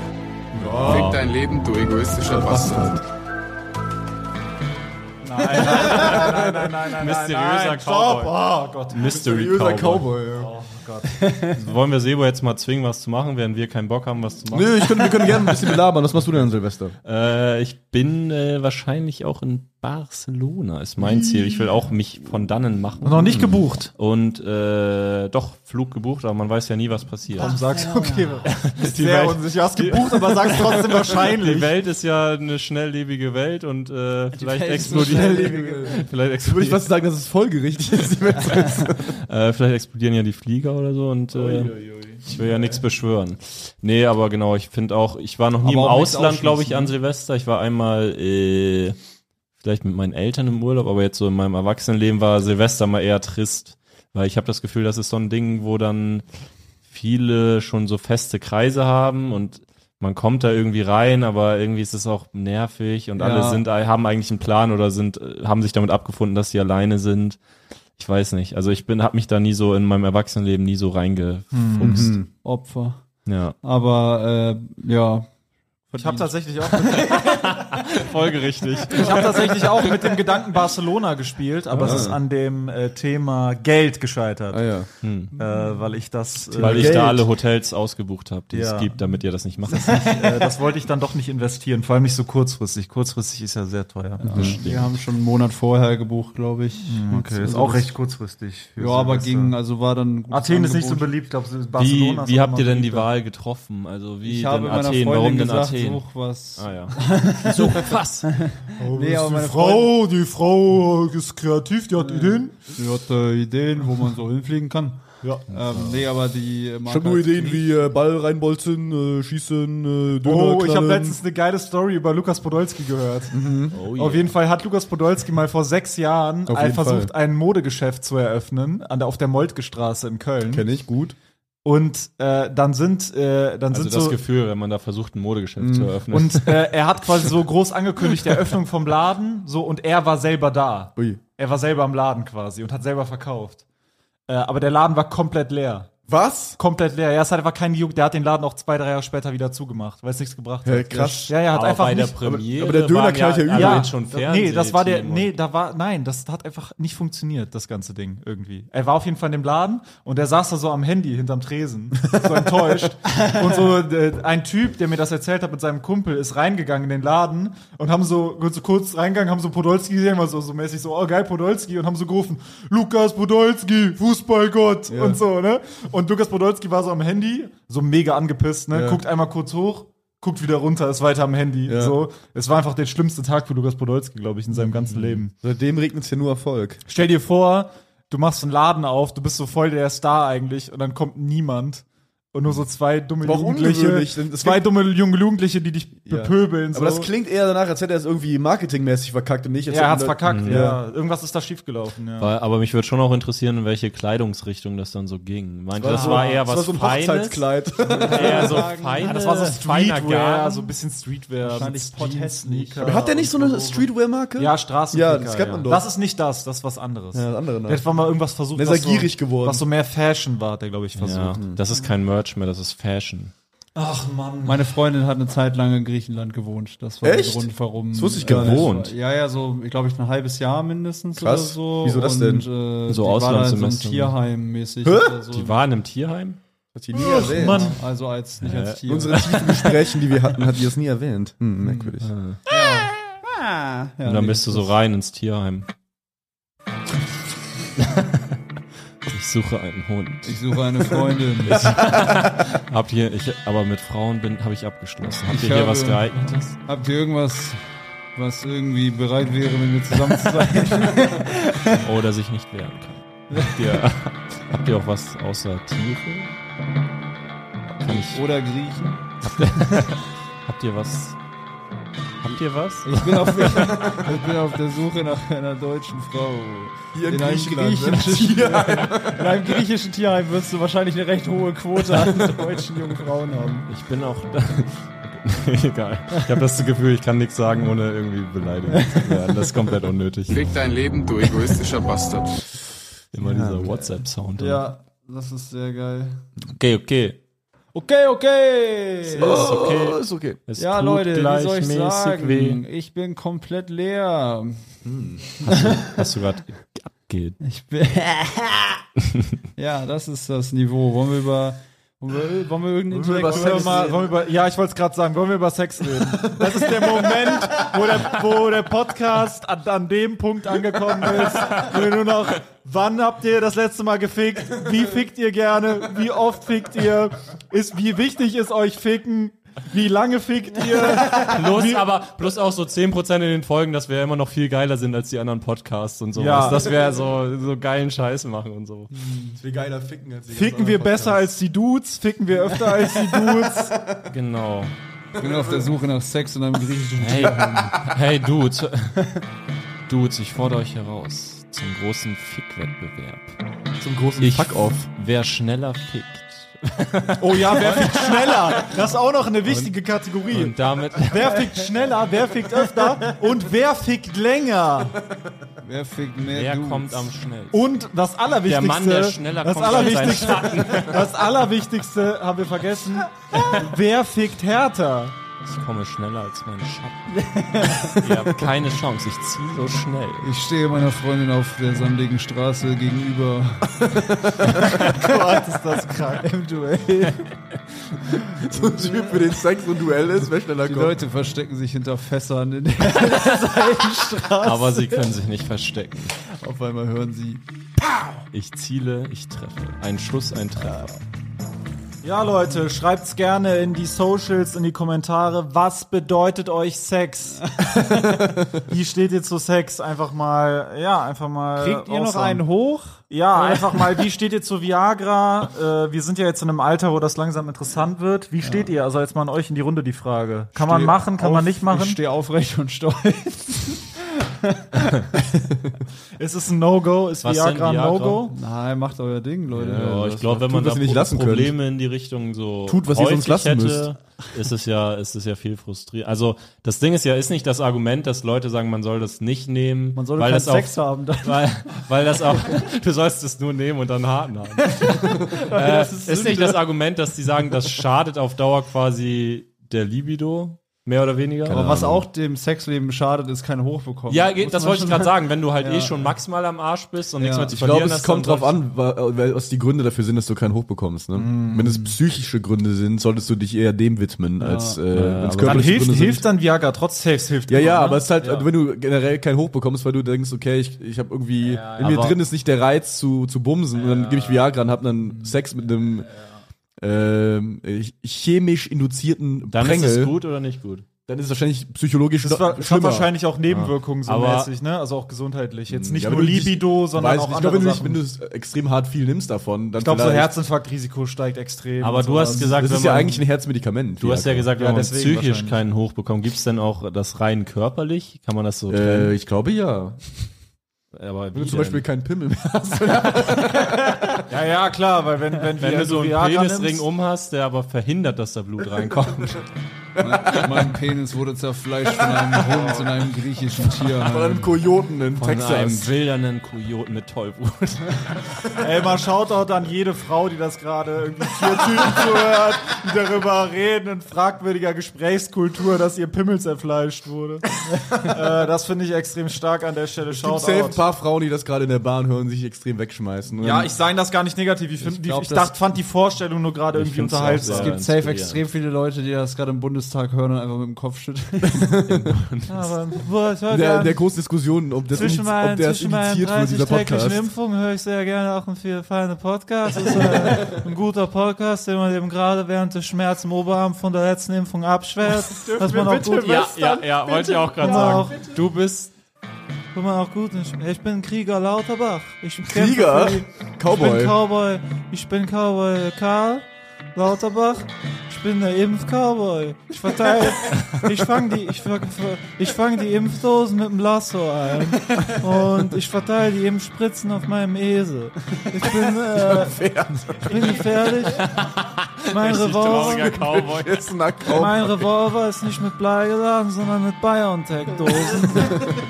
O: Fick dein Leben, du egoistischer Bastard.
C: Nein, nein, nein, nein.
D: Mysteriöser Cowboy.
C: Oh Gott.
D: Mystery Cowboy. Wollen wir Sebo jetzt mal zwingen, was zu machen, während wir keinen Bock haben, was zu machen?
A: Nö, ich könnte, wir können gerne ein bisschen belabern. Was machst du denn an Silvester?
D: Äh, ich bin äh, wahrscheinlich auch in Barcelona, ist mein Ziel. Ich will auch mich von dannen machen.
C: Noch nicht gebucht.
D: Und äh, doch, Flug gebucht, aber man weiß ja nie, was passiert.
C: Sagst du, okay.
D: die,
C: Sehr unsicher. Hast gebucht, aber sagst trotzdem wahrscheinlich.
D: die Welt ist ja eine schnelllebige Welt und äh, vielleicht
B: Welt ist
D: explodiert. Vielleicht
A: Würde ich
D: explodiert.
A: fast sagen, dass es folgerichtig ist.
D: Äh, vielleicht explodieren ja die Flieger oder so und äh, ich will ja nichts beschwören. Nee, aber genau, ich finde auch, ich war noch nie
B: Aber
D: im
B: auch nichts
D: Ausland, glaube ich,
B: ausschließen,
D: an
B: ne?
D: Silvester. Ich war einmal äh, vielleicht mit meinen Eltern im Urlaub, aber jetzt so in meinem Erwachsenenleben war Silvester mal eher trist, weil ich habe das Gefühl, das ist so ein Ding, wo dann viele schon so feste Kreise haben und man kommt da irgendwie rein, aber irgendwie ist es auch nervig und alle
B: Ja.
D: sind haben eigentlich einen Plan oder sind äh, haben sich damit abgefunden, dass sie alleine sind. Ich weiß nicht. Also ich bin habe mich da nie so in meinem Erwachsenenleben nie so reingefuchst.
C: Mhm.
B: Opfer.
D: Ja.
B: Mhm. Aber äh, ja.
C: Ich habe tatsächlich auch
D: Folgerichtig.
C: Ich habe tatsächlich auch mit dem Gedanken Barcelona gespielt, aber es ist an dem äh, Thema Geld gescheitert,
A: ah ja.
C: äh, weil ich das, äh,
D: Weil ich
C: Geld,
D: da alle Hotels ausgebucht habe, die
C: Ja.
D: es gibt, damit ihr das nicht macht.
C: äh, das wollte ich dann doch nicht investieren, vor allem nicht so kurzfristig. Kurzfristig ist ja sehr teuer.
B: Wir haben schon einen Monat vorher gebucht, glaube ich.
C: Mhm.
B: also
C: Okay, ist auch recht kurzfristig. äh, für
B: Ja, aber
C: Silvester.
B: ging, also war dann ein gutes
C: Athen ist nicht so
B: Angebot.
C: beliebt, ich glaube
D: Wie,
C: Barcelona. ist
D: wie
C: auch
D: habt ihr
C: noch
D: denn die
C: beliebter.
D: Wahl getroffen? Also wie
B: Ich
D: denn
B: habe meiner
D: Athen?
B: Freundin
D: Warum denn
B: gesagt,
D: Athen?
B: such was.
D: Ah ja. So, was?
C: Oh,
B: nee, aber meine
C: Frau, die Frau ist kreativ, die hat Ideen.
B: Sie hatte äh, Ideen, wo man so hinfliegen kann. Ja. Ähm, nee, aber die äh,
A: Ich
B: Marke
A: habe nur
B: hat-
A: Ideen wie äh, Ball reinbolzen, äh, schießen, äh, Döner
C: Oh, ich habe
A: knallen.
C: letztens eine geile Story über Lukas Podolski gehört. Auf jeden Fall hat Lukas Podolski mal vor sechs Jahren
A: Oh, Auf
C: ein-
A: jeden
C: versucht,
A: Fall.
C: ein Modegeschäft zu eröffnen an der, auf der Moltke Straße in Köln.
A: Kenn ich, gut.
C: Und äh, dann sind, äh, dann
D: Also
C: sind
D: das
C: so, Mm.
D: Gefühl, wenn man da versucht, ein Modegeschäft zu eröffnen.
C: Und äh, er hat quasi so groß angekündigt, Eröffnung vom Laden, so und er war selber da.
A: Ui.
C: Er war selber am Laden quasi und hat selber verkauft. Äh, aber der Laden war komplett leer.
A: Was?
C: Komplett leer. Ja, es hat einfach keinen Juck. Der hat den Laden auch zwei, drei Jahre später wieder zugemacht, weil es nichts gebracht
A: Hä,
C: hat.
A: krass.
C: Ja, ja, hat
D: Aber
C: einfach
D: bei der
C: nicht,
D: Premiere Aber der Döner waren ja knallt ja alle überall. jetzt schon
C: Nee, das war der
D: Fernsehteam
C: nee, da war nein, das hat einfach nicht funktioniert, das ganze Ding irgendwie. Er war auf jeden Fall in dem Laden und er saß da so am Handy hinterm Tresen, so enttäuscht und so äh, ein Typ, der mir das erzählt hat mit seinem Kumpel, ist reingegangen in den Laden und haben so kurz, so kurz reingegangen, haben so Podolski gesehen, war so, so mäßig so, oh geil Podolski und haben so gerufen, Lukas Podolski, Fußballgott und so, ne? Und Lukas Podolski war so am Handy, so mega angepisst, ne?
A: Ja.
C: Guckt einmal kurz hoch, guckt wieder runter, ist weiter am Handy,
A: Ja. Mhm.
C: so. Es war einfach der schlimmste Tag für Lukas Podolski, glaube ich, in seinem ganzen Leben.
A: Seitdem regnet es ja nur Erfolg.
C: Stell dir vor, du machst einen Laden auf, du bist so voll der Star eigentlich und dann kommt niemand. Und nur so zwei dumme
A: War auch
C: Jugendliche.
A: ungewöhnlich, denn es
C: Zwei
A: gibt-
C: dumme junge Jugendliche, die dich
A: Ja.
C: bepöbeln.
A: Aber das klingt eher danach, als hätte er es irgendwie marketingmäßig verkackt und nicht. als
C: Ja, er
A: hätten
C: hat's
A: Leute-
C: verkackt,
A: Mhm.
C: ja. Irgendwas ist da schiefgelaufen, ja.
D: Weil, aber mich würde schon auch interessieren, in welche Kleidungsrichtung das dann so ging. Meint ihr, das
A: so-
D: war eher
A: das
D: was
A: war so ein
D: Feines?
A: Hochzeitskleid.
D: eher so
C: Ja,
D: feine,
C: das war so
D: feiner
C: Streetwear,
D: Garn.
C: so ein bisschen Streetwear.
A: Wahrscheinlich
C: Protest-Sneaker.
A: Aber hat der nicht so eine Streetwear-Marke?
C: Ja, Straßen.
A: Ja, das kennt man doch.
C: Das ist nicht das, das ist was anderes.
A: Ja, das andere, ne?
C: Jetzt war mal irgendwas versucht,
A: Der ist
C: was
A: ja gierig geworden.
C: was so mehr Fashion war, hat der, glaube ich, versucht.
D: Ja, das ist kein Merch mehr, das ist Fashion.
C: Ach Mann.
B: Meine Freundin hat eine Zeit lang in Griechenland gewohnt. Das war
A: Echt?
B: der Grund, warum.
A: Das wusste ich
B: äh,
A: gar nicht. Gewohnt?
B: Ja, ja, so, ich glaube, ich ein halbes Jahr mindestens
A: Krass.
B: oder so.
A: Wieso das
B: Und,
A: denn?
B: Äh,
D: So
B: so Auslandssemester.
D: Auslandssemester.
B: So Tierheim mäßig.
A: Hä?
B: oder So.
D: Die waren im Tierheim? Hm.
A: Hat die nie erwähnt.
B: Mann. Also als, nicht als Tier.
A: Unsere tiefen Gesprächen, die wir hatten, hat die das nie erwähnt. Hm, merkwürdig.
B: Ah, ja,
D: Und dann
B: nee,
D: bist du so
B: das-
D: rein ins Tierheim. ich suche einen Hund.
B: Ich suche eine Freundin.
D: Ich- Habt ihr, ich, aber mit Frauen bin, habe ich abgeschlossen. Habt
B: Ich
D: ihr hier
B: habe-
D: was geeignetes?
B: Habt ihr irgendwas, was irgendwie bereit wäre, mit mir zusammen zu sein?
D: Oder sich nicht wehren kann. Habt ihr, habt ihr auch was außer Tiere? Kann ich.
B: Oder Griechen?
D: Habt ihr, habt ihr was? Habt ihr was?
B: Ich bin, auf, ich bin auf der Suche nach einer deutschen Frau.
A: Hier in
B: in, einem
A: Griechenland, ne?
B: griechischen,
A: Tierheim.
B: in einem griechischen Tierheim wirst du wahrscheinlich eine recht hohe Quote an deutschen jungen Frauen haben.
D: Ich bin auch. Egal. Ich habe das Gefühl, ich kann nichts sagen, ohne irgendwie beleidigt zu werden. Das ist komplett unnötig.
P: Fick Hm. dein Leben, du egoistischer Bastard.
D: Immer dieser WhatsApp-Sound.
B: Ja, das ist sehr geil.
D: Okay, okay.
B: Okay, okay. Ist
A: okay. Ist okay.
D: Es
B: ja,
D: tut
B: Leute, wie soll ich
D: gleichmäßig
B: sagen?
D: weh. Hm.
B: Ich bin komplett leer.
D: Hast du, hast du gerade abgeht.
B: Ich bin.
C: äh,
B: ja, das ist das Niveau. Wollen wir über. Wollen wir, wollen wir irgendeinen
C: Wollen wir über
B: intellektuellen-
C: Sex mal, wollen wir über, ja, ich wollte es gerade sagen, wollen wir über Sex reden? Das ist der Moment, wo der, wo der Podcast an, an dem Punkt angekommen ist, wo wir nur noch, wann habt ihr das letzte Mal gefickt? Wie fickt ihr gerne? Wie oft fickt ihr? Ist, wie wichtig ist euch ficken? Wie lange fickt ihr?
D: Plus aber, plus auch so 10% in den Folgen, dass wir immer noch viel geiler sind als die anderen Podcasts und sowas.
C: Ja.
D: Dass wir so, so geilen Scheiß machen und so.
A: Viel geiler ficken als die
C: Ficken wir besser als die Dudes? Ficken wir öfter als die Dudes?
D: Genau.
B: Ich bin auf der Suche nach Sex in einem griechischen
D: Hey,
B: Tierheim.
D: hey Dudes. Dudes, ich fordere euch heraus zum großen Fick-Wettbewerb.
A: Zum großen
D: Ich-
A: Fuck-Off.
D: Wer schneller fickt.
C: Oh ja, wer fickt schneller? Das ist auch noch eine wichtige Kategorie.
D: Und damit.
C: Wer fickt schneller, wer fickt öfter und wer fickt länger?
B: Wer fickt mehr
D: Wer
B: Dudes?
D: kommt am schnellsten?
C: Und das Allerwichtigste,
D: Der Mann, der schneller
C: das,
D: kommt als
C: Allerwichtigste
D: sein
C: das Allerwichtigste haben wir vergessen, wer fickt härter?
D: Ich komme schneller als mein Schatten. Ihr habt keine Chance, ich ziehe so schnell.
B: Ich stehe meiner Freundin auf der sandigen Straße gegenüber.
C: Gott, ist das krank.
B: Im Duell.
A: So ein Typ, für den Sex und Duell ist, wer schneller
B: Die
A: kommt.
B: Leute verstecken sich hinter Fässern in der Seitenstraße.
D: Aber sie können sich nicht verstecken.
B: Auf einmal hören sie.
D: Ich ziele, ich treffe. Ein Schuss, ein Treffer.
C: Ja, Leute, schreibt's gerne in die Socials, in die Kommentare. Was bedeutet euch Sex? Wie steht ihr zu Sex? Einfach mal, ja, einfach mal.
B: Kriegt ihr noch
C: raushauen.
B: einen hoch?
C: Ja, einfach mal, wie steht ihr zu Viagra? Äh, wir sind ja jetzt in einem Alter, wo das langsam interessant wird. Wie steht ihr? Also jetzt mal an euch in die Runde die Frage. Kann man
B: Steh
C: machen, kann
B: auf,
C: man nicht
B: Ich
C: machen?
B: stehe aufrecht und stolz.
N: Ist es ein No-Go? Ist
D: Was denn
N: Viagra ein
D: Viagra?
N: No-Go?
B: Nein, macht euer Ding, Leute.
D: Ja, ich glaube, wenn man
B: Tut, was
D: da
B: ihr nicht
D: Pro-
B: lassen
D: Probleme
B: könnt.
D: in die Richtung so
A: Tut, was ihr sonst
D: häufig
A: lassen
D: hätte, ist es ja, ist es ja viel frustrierend. Also das Ding ist ja, ist nicht das Argument, dass Leute sagen, man soll das nicht nehmen, man
B: soll
D: weil
B: keinen
D: das auch,
B: Sex haben dann.
D: weil, weil das auch, du sollst es nur nehmen und dann harten haben. äh,
B: Das ist
D: ist,
B: Sünde.
D: nicht das Argument, dass die sagen, das schadet auf Dauer quasi der Libido, mehr oder weniger.
B: Aber was auch dem Sexleben schadet, ist kein Hochbekommen.
D: Ja,
B: Muss
D: geht- das
B: man
D: wollte ich
B: schon-
D: gerade sagen, wenn du halt
B: Ja.
D: eh schon maximal am Arsch bist und nichts
A: Ja.
D: mehr zu
A: ich glaube,
D: verlieren
A: es
D: hast,
A: kommt
D: dann
A: drauf an, wa- weil- was die Gründe dafür sind, dass du keinen hochbekommst. Ne?
C: Mm.
A: Wenn es psychische Gründe sind, solltest du dich eher dem widmen, als äh, wenn es
N: dann
A: körperliche
N: hilft,
A: Gründe sind.
N: hilft dann Viagra, trotz Saves hilft
A: Ja,
N: immer,
A: ja,
N: ne?
A: aber es ist halt,
N: Ja.
A: wenn du generell keinen Hoch bekommst, weil du denkst, okay, ich, ich habe irgendwie, in mir
N: aber-
A: drin ist nicht der Reiz zu, zu bumsen und dann gebe ich Viagra und hab
N: Mhm.
A: dann Sex mit einem ähm, chemisch induzierten
D: Dann ist
A: Prängel.
D: es gut oder nicht gut?
A: Dann ist es wahrscheinlich psychologisch
N: Das war, das hat wahrscheinlich auch Nebenwirkungen so
A: Aber- Hm,
N: mäßig, ne? Also auch gesundheitlich. Jetzt nicht
A: Mhm. Ja, wenn
N: nur
A: du dich-
N: Libido, sondern
A: weiß
N: auch
A: nicht. Ich
N: andere
A: glaube, wenn du, dich-
N: Sachen.
A: wenn du es extrem hart viel nimmst davon, dann
N: ich glaube, so
A: vielleicht-
N: Herzinfarktrisiko steigt extrem.
D: Aber
N: und Also
D: du hast
N: sowas.
D: gesagt,
A: Das ist
D: wenn
A: ja
D: man-
A: eigentlich ein Herzmedikament.
D: Du hast ja
A: Viagra.
D: gesagt, wenn
A: Ja,
D: man
A: deswegen
D: psychisch
A: wahrscheinlich.
D: keinen hochbekommt, gibt es denn auch das rein körperlich? Kann man das so
A: Äh, ich glaube ja.
D: Aber
A: Wenn
D: wie
A: du zum
D: denn?
A: Beispiel keinen Pimmel mehr hast.
N: ja, ja, klar, weil wenn, wenn,
D: Wenn
N: wir- also
D: du so einen
N: Viagra nimmst-
D: Penisring um hast, der aber verhindert, dass da Blut reinkommt.
Q: Mein- mein Penis wurde zerfleischt von einem Hund und einem griechischen Tier.
D: Von einem Kojoten in
Q: Von
D: Texas.
Q: einem
D: wildernen Kojoten mit Tollwut.
N: Ey, mal Shoutout an jede Frau, die das gerade irgendwie vier Typen zuhört, die darüber reden in fragwürdiger Gesprächskultur, dass ihr Pimmel zerfleischt wurde. äh, das finde ich extrem stark an der Stelle.
A: Es gibt safe ein
N: Shoutout.
A: paar Frauen, die das gerade in der Bahn hören, sich extrem wegschmeißen.
N: Ja, ich sage das gar nicht negativ. Ich, find, die,
B: glaub,
N: ich
B: das-
N: dachte, fand die Vorstellung nur gerade irgendwie unterhaltsam.
B: Es gibt safe extrem viele Leute, die das gerade im Bundestag hören und einfach mit dem Kopf schütteln.
N: Aber, wo- ich höre
A: In der,
N: gern-
A: in der großen Diskussion, ob das,
N: zwischen
A: ob
N: meinen,
A: der
N: zwischen meinen
A: initiiert wurde, dieser
N: 30 täglichen
A: Podcast.
N: Impfungen höre ich sehr gerne auch einen viel feinen Podcast. Das ist äh, ein guter Podcast, den man eben gerade während des Schmerz im Oberarm von der letzten Impfung abschwert.
D: Dürfen
N: dass
D: wir
N: man auch
D: bitte
N: gut
D: Ja, ja, ja,
N: Bitte.
D: wollte ich auch gerade
N: Ja,
D: sagen.
N: auch.
D: Du bist
N: Guck mal, auch gut. Ich, ich bin Krieger Lauterbach. Ich kämpfe
A: Krieger?
N: für die- Ich
A: Cowboy.
N: bin Cowboy. Ich bin Cowboy Karl Lauterbach. Ich bin der Impf-Cowboy. Ich verteile. ich fange die, ich, ver- ver- ich fang die Impfdosen mit dem Lasso ein. Und ich verteile die Impfspritzen auf meinem Esel. Ich bin, äh, ich bin gefährlich. Mein
D: Richtig
N: Revolver.
D: trauriger Cowboy.
A: Beschissener Cowboy.
N: Mein Revolver ist nicht mit Blei geladen, sondern mit BioNTech-Dosen.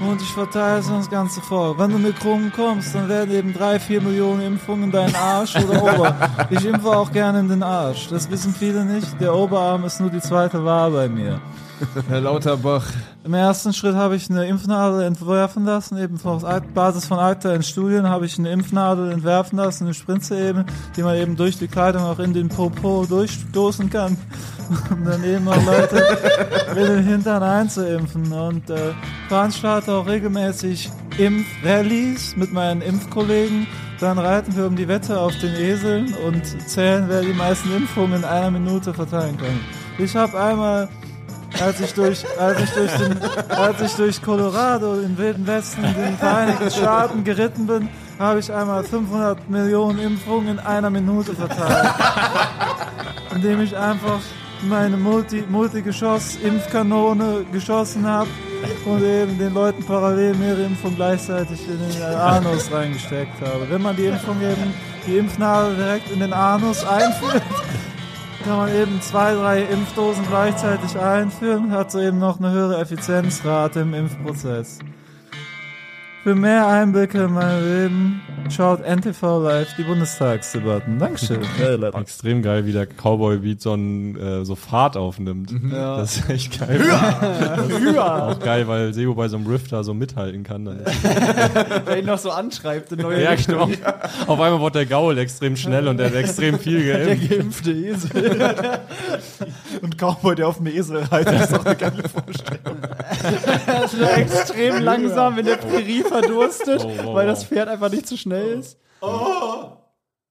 N: Und ich verteile es ans ganze Volk. Wenn du mir krumm kommst, dann werden eben drei, vier Millionen Impfungen in deinen Arsch oder Ober. Ich impfe auch gerne in den Arsch. Das wissen viele nicht. Der Oberarm ist nur die zweite Wahl bei mir.
Q: Herr Lauterbach,
N: Im ersten Schritt habe ich eine Impfnadel entwerfen lassen, eben auf Alt- Basis von aktuellen Studien habe ich eine Impfnadel entwerfen lassen, eine Spritze eben, die man eben durch die Kleidung auch in den Popo durchstoßen kann, um dann eben auch Leute in den Hintern einzuimpfen. Und äh, veranstalte auch regelmäßig Impfrallies mit meinen Impfkollegen. Dann reiten wir um die Wette auf den Eseln und zählen, wer die meisten Impfungen in einer Minute verteilen kann. Ich habe einmal als ich durch, als ich durch, den, als ich durch Colorado im Wilden Westen in den Vereinigten Staaten geritten bin, habe ich einmal 500 Millionen Impfungen in einer Minute verteilt. Indem ich einfach meine Multi, Multigeschoss-Impfkanone geschossen habe und eben den Leuten parallel mehrere Impfungen gleichzeitig in den Anus reingesteckt habe. Wenn man die Impfung eben, die Impfnadel direkt in den Anus einführt, kann man eben zwei, drei Impfdosen gleichzeitig einführen, hat so eben noch eine höhere Effizienzrate im Impfprozess. Für mehr Einblicke in mein Leben schaut NTV Live die Bundestagsdebatten. Dankeschön.
D: Äh, extrem geil, wie der Cowboy-Beat so, einen, äh, so Fahrt aufnimmt.
N: Mhm. Ja.
D: Das ist echt geil.
N: Hüa!
D: Das ist
N: Hüa!
D: Auch geil, weil Sebo bei so einem Riff da so mithalten kann. Dann.
B: Wer ihn noch so anschreibt, in neue
D: ja,
B: Richtung.
D: genau. Auf einmal wurde der Gaul extrem schnell und der hat extrem viel
B: Der
D: geimpft.
B: geimpfte Esel.
N: Und Cowboy, der auf dem Esel reitet, ist doch eine geile Vorstellung.
B: Er ist nur extrem langsam in der Prärie verdurstet,
A: Oh, wow,
B: weil
A: wow.
B: das Pferd einfach nicht zu schnell ist.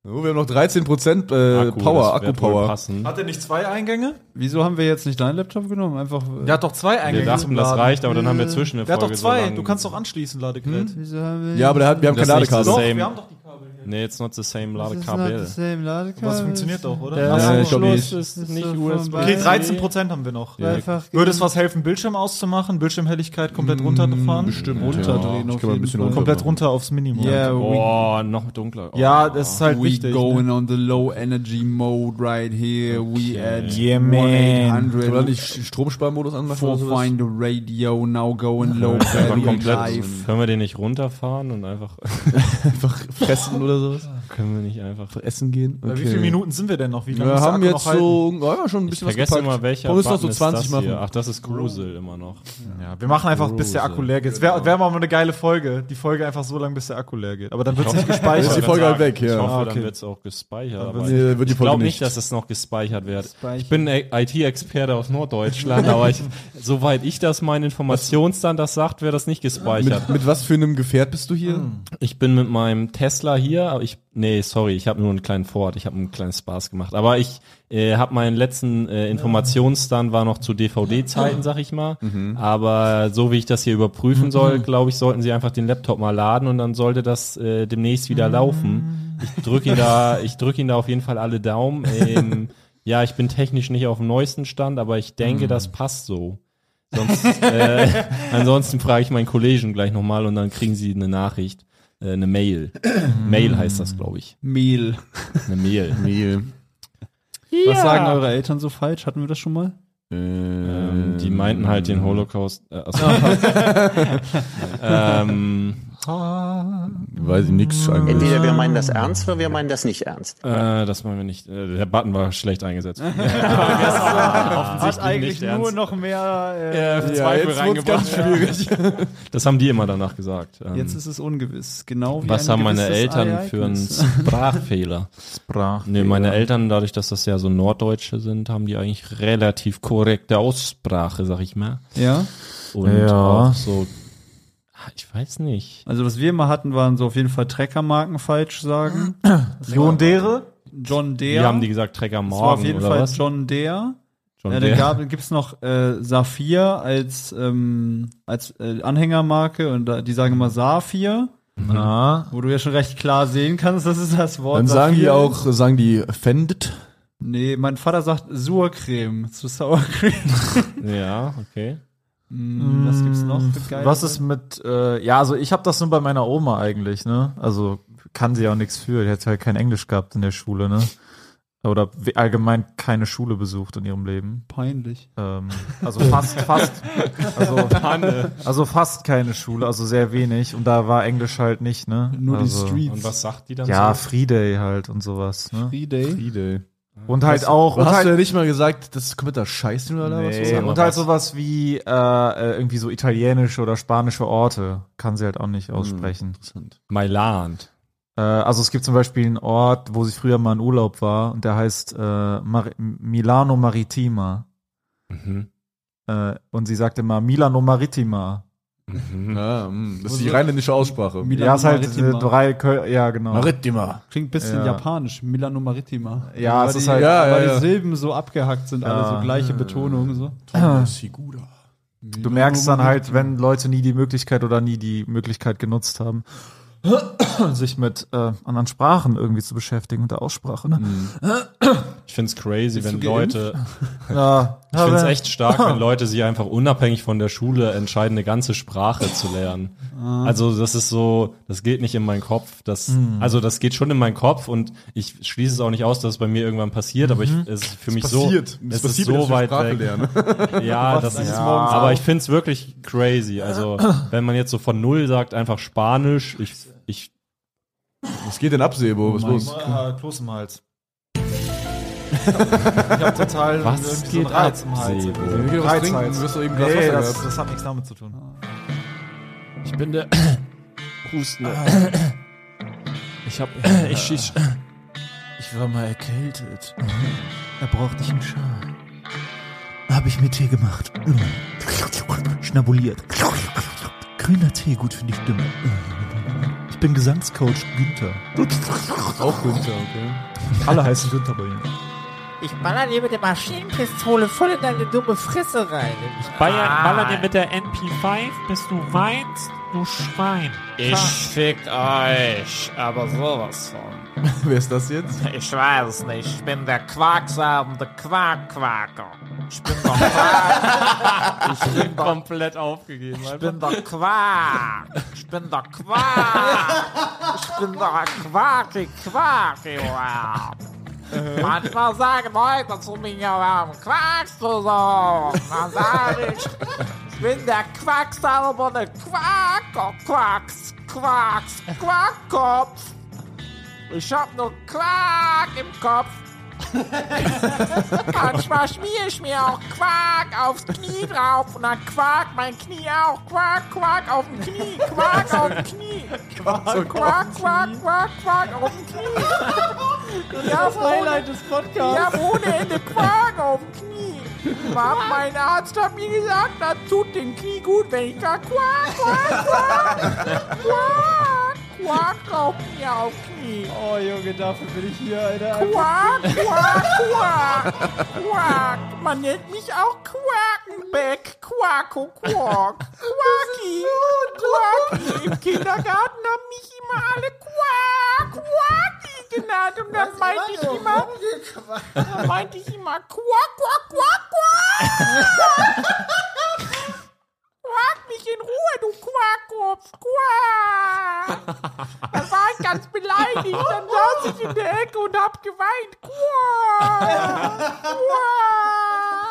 A: Oh, wir haben noch 13% äh, Power,
D: das wird wohl
A: Akku-Power.
D: passen.
N: Hat er nicht zwei Eingänge?
B: Wieso haben wir jetzt nicht deinen Laptop genommen? Einfach.
N: Der hat doch zwei Eingänge.
D: Wir dachten, das
N: geladen.
D: reicht, aber dann haben wir zwischen der
N: Der hat doch
D: Folge so
N: zwei.
D: lang-
N: du kannst doch anschließen, Ladegerät.
C: Hm?
B: Wieso haben
A: Ja, aber der hat, wir haben
D: Das
A: kein
D: ist nicht
A: Ladekabel.
D: das
N: Doch,
D: same.
N: wir haben doch die Kabel hier.
D: Nee, it's not the same
N: It's not
D: Ladekabel.
N: the same Ladekabel.
C: Was funktioniert doch, oder?
D: Der
C: Ach so.
D: Anschluss ist
N: Ist
D: nicht
N: doch
D: USB.
N: vorbei.
C: Okay, 13% haben wir noch.
D: Ja.
N: Einfach
C: Äh, Würde es was helfen, Bildschirm auszumachen, Bildschirmhelligkeit komplett runterfahren?
A: Mm, Bestimmt.
C: Runterdrehen
A: ja. Ich
C: auf
A: kann mal ein
C: jeden
A: bisschen
C: Fall.
A: runter
C: Komplett
A: machen.
C: runter aufs Minimum.
N: Yeah,
D: Boah, noch dunkler. Oh.
C: Ja, das ist halt
N: we
C: wichtig.
N: going
C: ne?
N: on the low energy mode right here. We at
C: Yeah, man.
N: 1-800.
A: Kann man nicht Stromsparmodus anmachen?
N: For
A: oder sowas?
N: find the radio, now going low
D: Einfach
N: battery
D: komplett-
N: life.
D: Können wir den nicht runterfahren und einfach
A: einfach fressen oder sowas?
D: Können wir nicht einfach
A: essen gehen?
C: Bei Äh, Wie viele Minuten sind wir denn noch? Wie lange
A: Wir
C: muss der
A: haben
C: Akku
A: jetzt
C: noch halten?
A: so ja, schon ein
D: Ich
A: bisschen was
D: vergesse
A: gepackt.
D: immer, welcher
A: Wir müssen noch
D: Button
A: so
D: ist
A: 20
D: das
A: machen.
D: hier? Ach, das ist Grusel immer noch.
C: Ja, wir machen einfach, bis der Akku leer geht. Es wäre
A: Genau.
C: wär mal eine geile Folge. Die Folge einfach so lange, bis der Akku leer geht. Aber dann wird es nicht gespeichert.
A: Ist die Folge halt weg, ja.
D: Ich hoffe,
A: Ah,
D: dann
A: okay.
D: wird es auch gespeichert.
A: Dann
D: Aber
A: wird's- Nee, wird die
D: ich
A: Folge
D: glaube
A: nicht.
D: nicht, dass es noch gespeichert wird.
N: Gespeichert.
D: Ich bin äh, IT-Experte aus Norddeutschland, aber ich, soweit ich das mein Informationsstand das sagt, wäre das nicht gespeichert. Mm.
A: Mit, mit was für einem Gefährt bist du hier?
D: Ich bin mit meinem Tesla hier, aber ich nee, sorry, ich habe nur einen kleinen Ford, ich habe einen kleinen Spaß gemacht, aber ich äh, habe meinen letzten äh, Informationsstand war noch zu DVD Zeiten, sag ich mal,
A: Mhm.
D: aber so wie ich das hier überprüfen soll, glaube ich, sollten sie einfach den Laptop mal laden und dann sollte das äh, demnächst wieder laufen. Ich drücke ihn da, ich drücke ihn da auf jeden Fall alle Daumen. Ähm, ja, ich bin technisch nicht auf dem neuesten Stand, aber ich
A: Mhm.
D: denke, das passt so. Sonst, äh, ansonsten frage ich meinen Kollegen gleich nochmal und dann kriegen sie eine Nachricht, äh, eine Mail. Mail heißt das, glaube ich.
N: Mehl.
D: Eine Mail.
A: Mehl.
N: Was sagen eure Eltern so falsch? Hatten wir das schon mal?
D: Ähm, die meinten halt den Holocaust. Äh, achso.
N: Ah.
D: ähm,
I: Ah.
A: Weiß ich nichts
I: Entweder wir meinen das ernst oder wir meinen das nicht ernst.
D: äh, das meinen wir nicht. Äh, der Button war schlecht eingesetzt.
N: Hat eigentlich nur noch mehr äh, jetzt
D: Zweifel
N: wird's
D: reingebracht.
N: ganz schwierig.
D: Das haben die immer danach gesagt. Ähm,
N: Jetzt ist es ungewiss. Genau wie
D: Was
N: ein
D: haben meine
N: gewisses
D: Eltern für einen
N: Ereignis.
D: Sprachfehler? Sprachfehler. Nee, meine Eltern, dadurch, dass das ja so Norddeutsche sind, haben die eigentlich relativ korrekte Aussprache, sag ich mal.
N: Ja.
D: Und
N: Ja.
D: auch so, Ah, ich weiß nicht.
N: Also was wir immer hatten, waren so auf jeden Fall Treckermarken falsch sagen.
C: John Dere?
N: John Deere.
D: Wie haben die gesagt, Trecker
N: Das
D: morgen
N: war auf jeden
D: oder
N: Fall
D: was?
N: John Deere.
D: John
N: ja,
D: Deere.
N: dann gibt es noch äh, Saphir als, ähm, als äh, Anhängermarke und da, die sagen immer Saphir.
C: Na.
N: Wo du ja schon recht klar sehen kannst, das ist das Wort.
A: Dann sagen die
N: Saphir.
A: auch, äh, sagen die Fendet.
N: Nee, mein Vater sagt Surcreme zu Sour Cream.
D: Ja, okay. Hm,
N: Mm, Was gibt's noch für geile?
C: Was ist mit, äh, ja, also ich habe das nur bei meiner Oma eigentlich, ne? Also kann sie ja auch nichts für. Die hat halt kein Englisch gehabt in der Schule, ne? Oder we- allgemein keine Schule besucht in ihrem Leben.
N: Peinlich.
C: Ähm, also fast, fast. Also,
D: Panne.
C: also fast keine Schule, also sehr wenig. Und da war Englisch halt nicht, ne?
N: Nur die
C: also,
N: Streets.
D: Und was sagt die dann
C: Ja,
D: so?
C: Free Day halt und sowas, ne?
N: Free Day?
A: Free Day.
C: Und halt
A: Was-
C: auch. und
A: Hast
C: halt,
A: du ja nicht mal gesagt, das ist kompletter Scheiß, den du da laberst?
C: Nee,
A: Sag mal
C: und halt
A: was.
C: sowas wie äh, äh, irgendwie so italienische oder spanische Orte kann sie halt auch nicht aussprechen.
A: interessant.
D: Mailand.
C: Äh, also es gibt zum Beispiel einen Ort, wo sie früher mal in Urlaub war und der heißt äh, Mar Milano Maritima.
D: Mhm.
C: Äh, und sie sagte immer Milano Maritima.
A: Ja, mh, das ist die
N: Also-
A: rheinländische Aussprache.
N: Milano
C: ja, ist halt
N: Maritima.
C: äh, drei Köl ja genau.
A: Maritima.
N: Klingt ein bisschen
C: Ja.
N: japanisch, Milano Maritima.
C: Ja,
N: weil
C: es ist
N: die,
C: halt-
A: Ja,
N: weil
A: ja, ja.
N: die Silben so abgehackt sind, alle
C: Ja.
N: so gleiche Betonung so.
A: Thomas Higuda.
C: Du merkst dann halt, wenn Leute nie die Möglichkeit oder nie die Möglichkeit genutzt haben, sich mit äh, anderen Sprachen irgendwie zu beschäftigen und der Aussprache. Ne?
A: Mhm.
D: Ich find's crazy,
N: Bist
D: wenn
N: du geimpft?
D: Leute.
C: Ja,
D: Ich find's echt stark, wenn Leute sich einfach unabhängig von der Schule entscheiden, eine ganze Sprache zu lernen. Also das ist so, das geht nicht in meinen Kopf. Das, Also das geht schon in meinen Kopf und ich schließe es auch nicht aus, dass es bei mir irgendwann passiert, aber ich, es ist für mich
A: passiert.
D: so,
A: Es
D: es
A: passiert,
D: ist
A: wenn
D: so
A: ich
D: weit
A: Sprache
D: weg.
A: lerne.
D: Ja, das
C: eines
D: ist,
C: Morgens
D: aber
C: auf.
D: ich find's wirklich crazy. Also wenn man jetzt so von Null sagt, einfach Spanisch, ich, ich
A: Was geht denn ab, Sebo? Was ist los?
C: Kloß im Hals. äh, Ich hab total
D: Was
C: irgendwie
D: geht
C: so einen Reiz
D: ab,
C: im Hals.
D: Sebo?
A: Wir gehen was
C: Reizhals.
A: trinken, du hast doch eben ein Glas Wasser
C: das,
A: gehabt.
C: das hat nichts damit zu tun.
D: Ich bin der Husten.
C: Ah.
D: Ich hab. Ich schieß.
A: Ich war mal erkältet.
E: Da brauchte ich einen Schal. Habe ich mir Tee gemacht. Schnabuliert. Grüner Tee, gut für die Stimme. Ich bin Gesangscoach Günther.
A: Auch Günther, okay.
C: Alle heißen Günther bei mir.
E: Ich baller dir mit der Maschinenpistole voll in deine dumme Fresse rein. Ah.
F: Bayer, baller dir mit der NP5, bis du weinst, du Schwein.
R: Ich fick euch, aber sowas von.
A: Wer ist das jetzt?
R: Ich weiß es nicht. Ich bin der quacksabende Quarkquaker. Ich bin der Quark. ich bin der,
D: komplett aufgegeben.
R: ich bin der Quark. Ich bin der Quark. Ich bin der Quarki Quarki.
A: Äh.
R: wow. Manchmal sagen Leute zu mir, warum quackst du so? Dann sage ich, ich bin der quacksalberne Quacker, oh, Quacks, Quacks, Quackkopf. Ich hab nur Quark im Kopf. Manchmal schmier ich mir auch Quark aufs Knie drauf und dann Quark mein Knie auch. Quark, Quark auf dem Knie, Quark auf dem Knie. Quark, Quark, Quark, Quark, Quark auf dem Knie. Ja, Highlight des Podcasts. Ja, ohne Ende Quark auf dem Knie. Aber mein Arzt hat mir gesagt, das tut dem Knie gut, wenn ich da Quark, Quark, Quark, Quark, Quark auf mir auf Knie.
N: Oh Junge, dafür bin ich hier, Alter.
R: Quark, Quark, Quark, Quark. Man nennt mich auch Quakenbeck. Quako, Quark. Quaki, Quaki. Im Kindergarten haben mich immer alle Quark, Quaki genannt. Und dann meinte ich immer, dann meinte ich immer Quark, Quark, Quark, Quark. Quark Halt mich in Ruhe, du Quarkkopf, Quark. Dann war ich ganz beleidigt. Dann saß ich in der Ecke und hab geweint. Quark,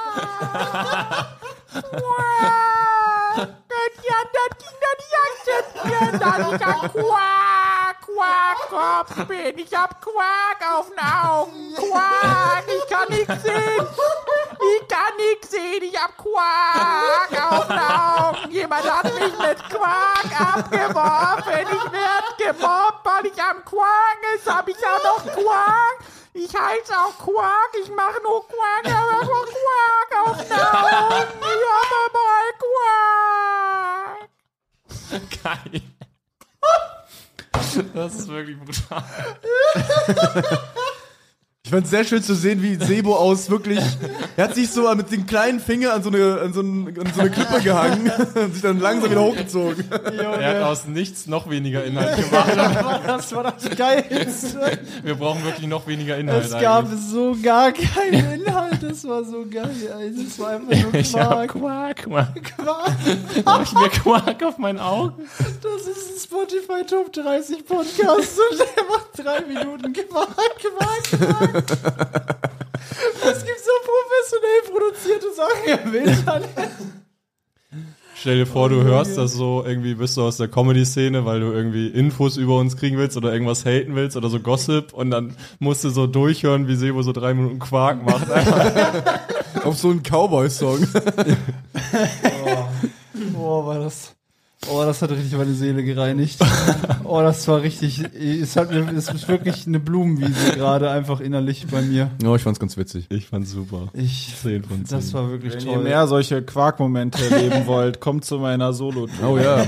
R: Quark, Quark. Das, ja, das ging dann nicht akzeptieren, dass ich ein Quark, Quarkkopf bin. Ich hab Quark auf den Augen. Quark, ich kann nichts sehen. Ich kann nichts sehen. Ich hab Quark auf den Augen. Jemand hat mich mit Quark abgeworfen. Ich werd gemobbt, weil ich am Quark ist. Hab ich ja noch Quark. Ich heiße auch Quark, ich mache nur Quark, aber nur Quark auf den Augen. Ich habe mal Quark.
D: Geil. Das ist wirklich brutal.
A: Ich fand's sehr schön zu sehen, wie Sebo aus wirklich. Er hat sich so mit dem kleinen Finger an so eine, an so ein- an so eine Klippe gehangen und sich dann langsam wieder hochgezogen.
D: Er hat aus nichts noch weniger Inhalt gemacht.
N: Das war das Geilste.
D: Wir brauchen wirklich noch weniger Inhalt.
N: Es gab
D: eigentlich.
N: so gar keinen Inhalt. Das war so geil. Alter. Es war einfach nur
D: Ich
N: Quark.
D: hab Quark, Quark.
N: Quark.
D: Mach ich mir Quark auf mein Auge?
N: Das ist ein Spotify Top 30 Podcast und der macht drei Minuten Quark, Quark, Quark. Es gibt so professionell produzierte Sachen im Internet.
D: Stell dir
N: Oh,
D: vor, du hörst das so, irgendwie bist du aus der Comedy-Szene, weil du irgendwie Infos über uns kriegen willst oder irgendwas haten willst oder so Gossip und dann musst du so durchhören, wie Sebo so drei Minuten Quark macht.
A: Auf so einen Cowboy-Song.
N: Boah, Oh. war das. Oh, das hat richtig meine Seele gereinigt. Oh, das war richtig. Es, hat mir, es ist wirklich eine Blumenwiese gerade einfach innerlich bei mir.
A: Oh, ich fand's ganz witzig.
D: Ich fand's super.
N: Ich,
D: Zehn von zehn.
N: das war wirklich
C: Wenn ihr
N: toll.
C: mehr solche Quarkmomente erleben wollt, kommt zu meiner Solo-Tour.
A: Oh ja.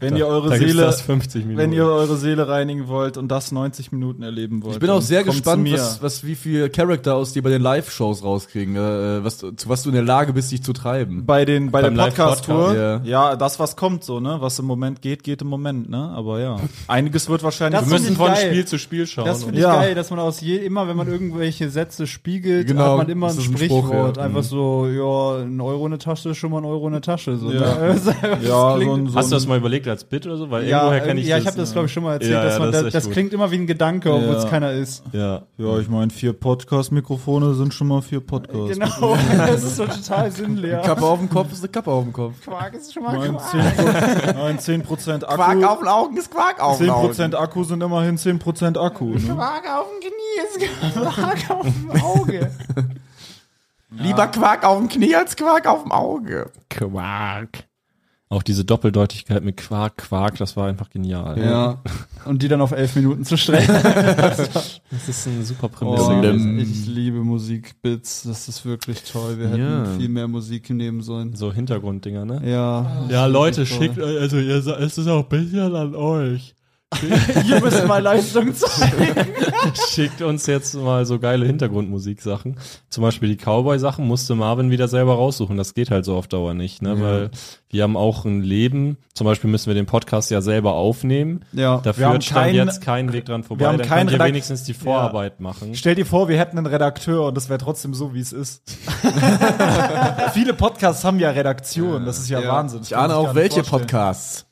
C: Wenn
D: Da-
C: ihr eure
D: da gibt's
C: Seele,
D: das 50 Minuten.
C: wenn ihr eure Seele reinigen wollt und das 90 Minuten erleben wollt,
A: Ich bin auch
C: dann
A: sehr
C: kommt
A: gespannt,
C: zu mir.
A: was, was, wie viel Charakter aus dir bei den Live-Shows rauskriegen, äh, was, zu was du in der Lage bist, dich zu treiben.
C: bei den bei
A: Beim
C: der Podcast-Tour.
A: Live-Podcast, ja.
C: Ja, das was kommt so, ne? Was im Moment geht, geht im Moment, ne? Aber ja, einiges wird wahrscheinlich.
N: Das Wir müssen find ich von geil. Spiel zu
D: Spiel schauen.
N: Das finde ich
C: ja.
N: geil, dass man aus je, immer, wenn man irgendwelche Sätze spiegelt,
A: Genau,
N: hat man immer
A: das
N: ein
A: ist ein Spruch,
N: Sprichwort.
A: ja.
N: Einfach
A: Mhm.
N: so, ja, ein Euro in der Tasche ist schon mal ein Euro in der Tasche. So,
D: Ja.
N: ne? Das
C: Ja,
N: klingt-
C: so ein- so
D: Hast du das mal überlegt als Bit oder so? Weil
N: ja,
D: irgendwoher kenne ich
N: ja,
D: das.
N: ich habe das, glaube ich, schon mal erzählt,
D: Ja,
N: dass
D: ja,
N: man
D: das
N: das,
D: ist
N: das,
D: echt gut.
N: klingt immer wie ein Gedanke, obwohl es
C: Ja.
N: keiner ist.
D: Ja.
C: Ja, ich meine, vier Podcast-Mikrofone sind schon mal vier Podcasts.
N: Genau, das ist so total sinnleer.
A: Kappe auf dem Kopf ist eine Kappe auf dem Kopf.
N: Quark ist schon mal
C: Mein
N: Quark.
C: 10%, mein 10 Akku.
I: Quark auf den Augen ist Quark auf den Augen.
C: 10% Akku sind immerhin 10% Akku. Ne?
I: Quark auf dem Knie ist
N: Quark auf dem Auge.
I: Lieber Quark auf dem Knie als Quark auf dem Auge.
D: Quark. Auch diese Doppeldeutigkeit mit Quark, Quark, das war einfach genial.
N: Ja. Und die dann auf elf Minuten zu strecken.
D: Das ist eine super Prämisse.
N: Oh,
D: gewesen.
N: ich liebe Musikbits, das ist wirklich toll. Wir hätten
D: Ja.
N: viel mehr Musik nehmen sollen.
D: So Hintergrunddinger, ne?
N: Ja.
D: Ja, Leute,
N: Wirklich
D: schickt euch, also ihr, sa- es ist auch ein bisschen an euch.
N: Ihr müsst mal Leistung zeigen.
D: Schickt uns jetzt mal so geile Hintergrundmusiksachen. Zum Beispiel die Cowboy-Sachen musste Marvin wieder selber raussuchen. Das geht halt so auf Dauer nicht, ne?
B: Ja.
D: Weil wir haben auch ein Leben. Zum Beispiel müssen wir den Podcast ja selber aufnehmen.
C: Ja.
D: Da
C: Wir haben
D: führt stand
C: keinen-
D: jetzt kein Weg dran vorbei.
C: Wir haben
D: Dann
C: keinen
D: könnt ihr
C: Redakt-
D: wenigstens die Vorarbeit machen.
C: Stell dir vor, wir hätten einen Redakteur und das wäre trotzdem so, wie es ist. Viele Podcasts haben ja Redaktionen, das ist ja,
A: Ja.
C: Wahnsinn. Das
A: Ich
C: kann
A: ahne
C: man sich
A: auch,
C: gar nicht
A: welche
C: vorstellen.
A: Podcasts.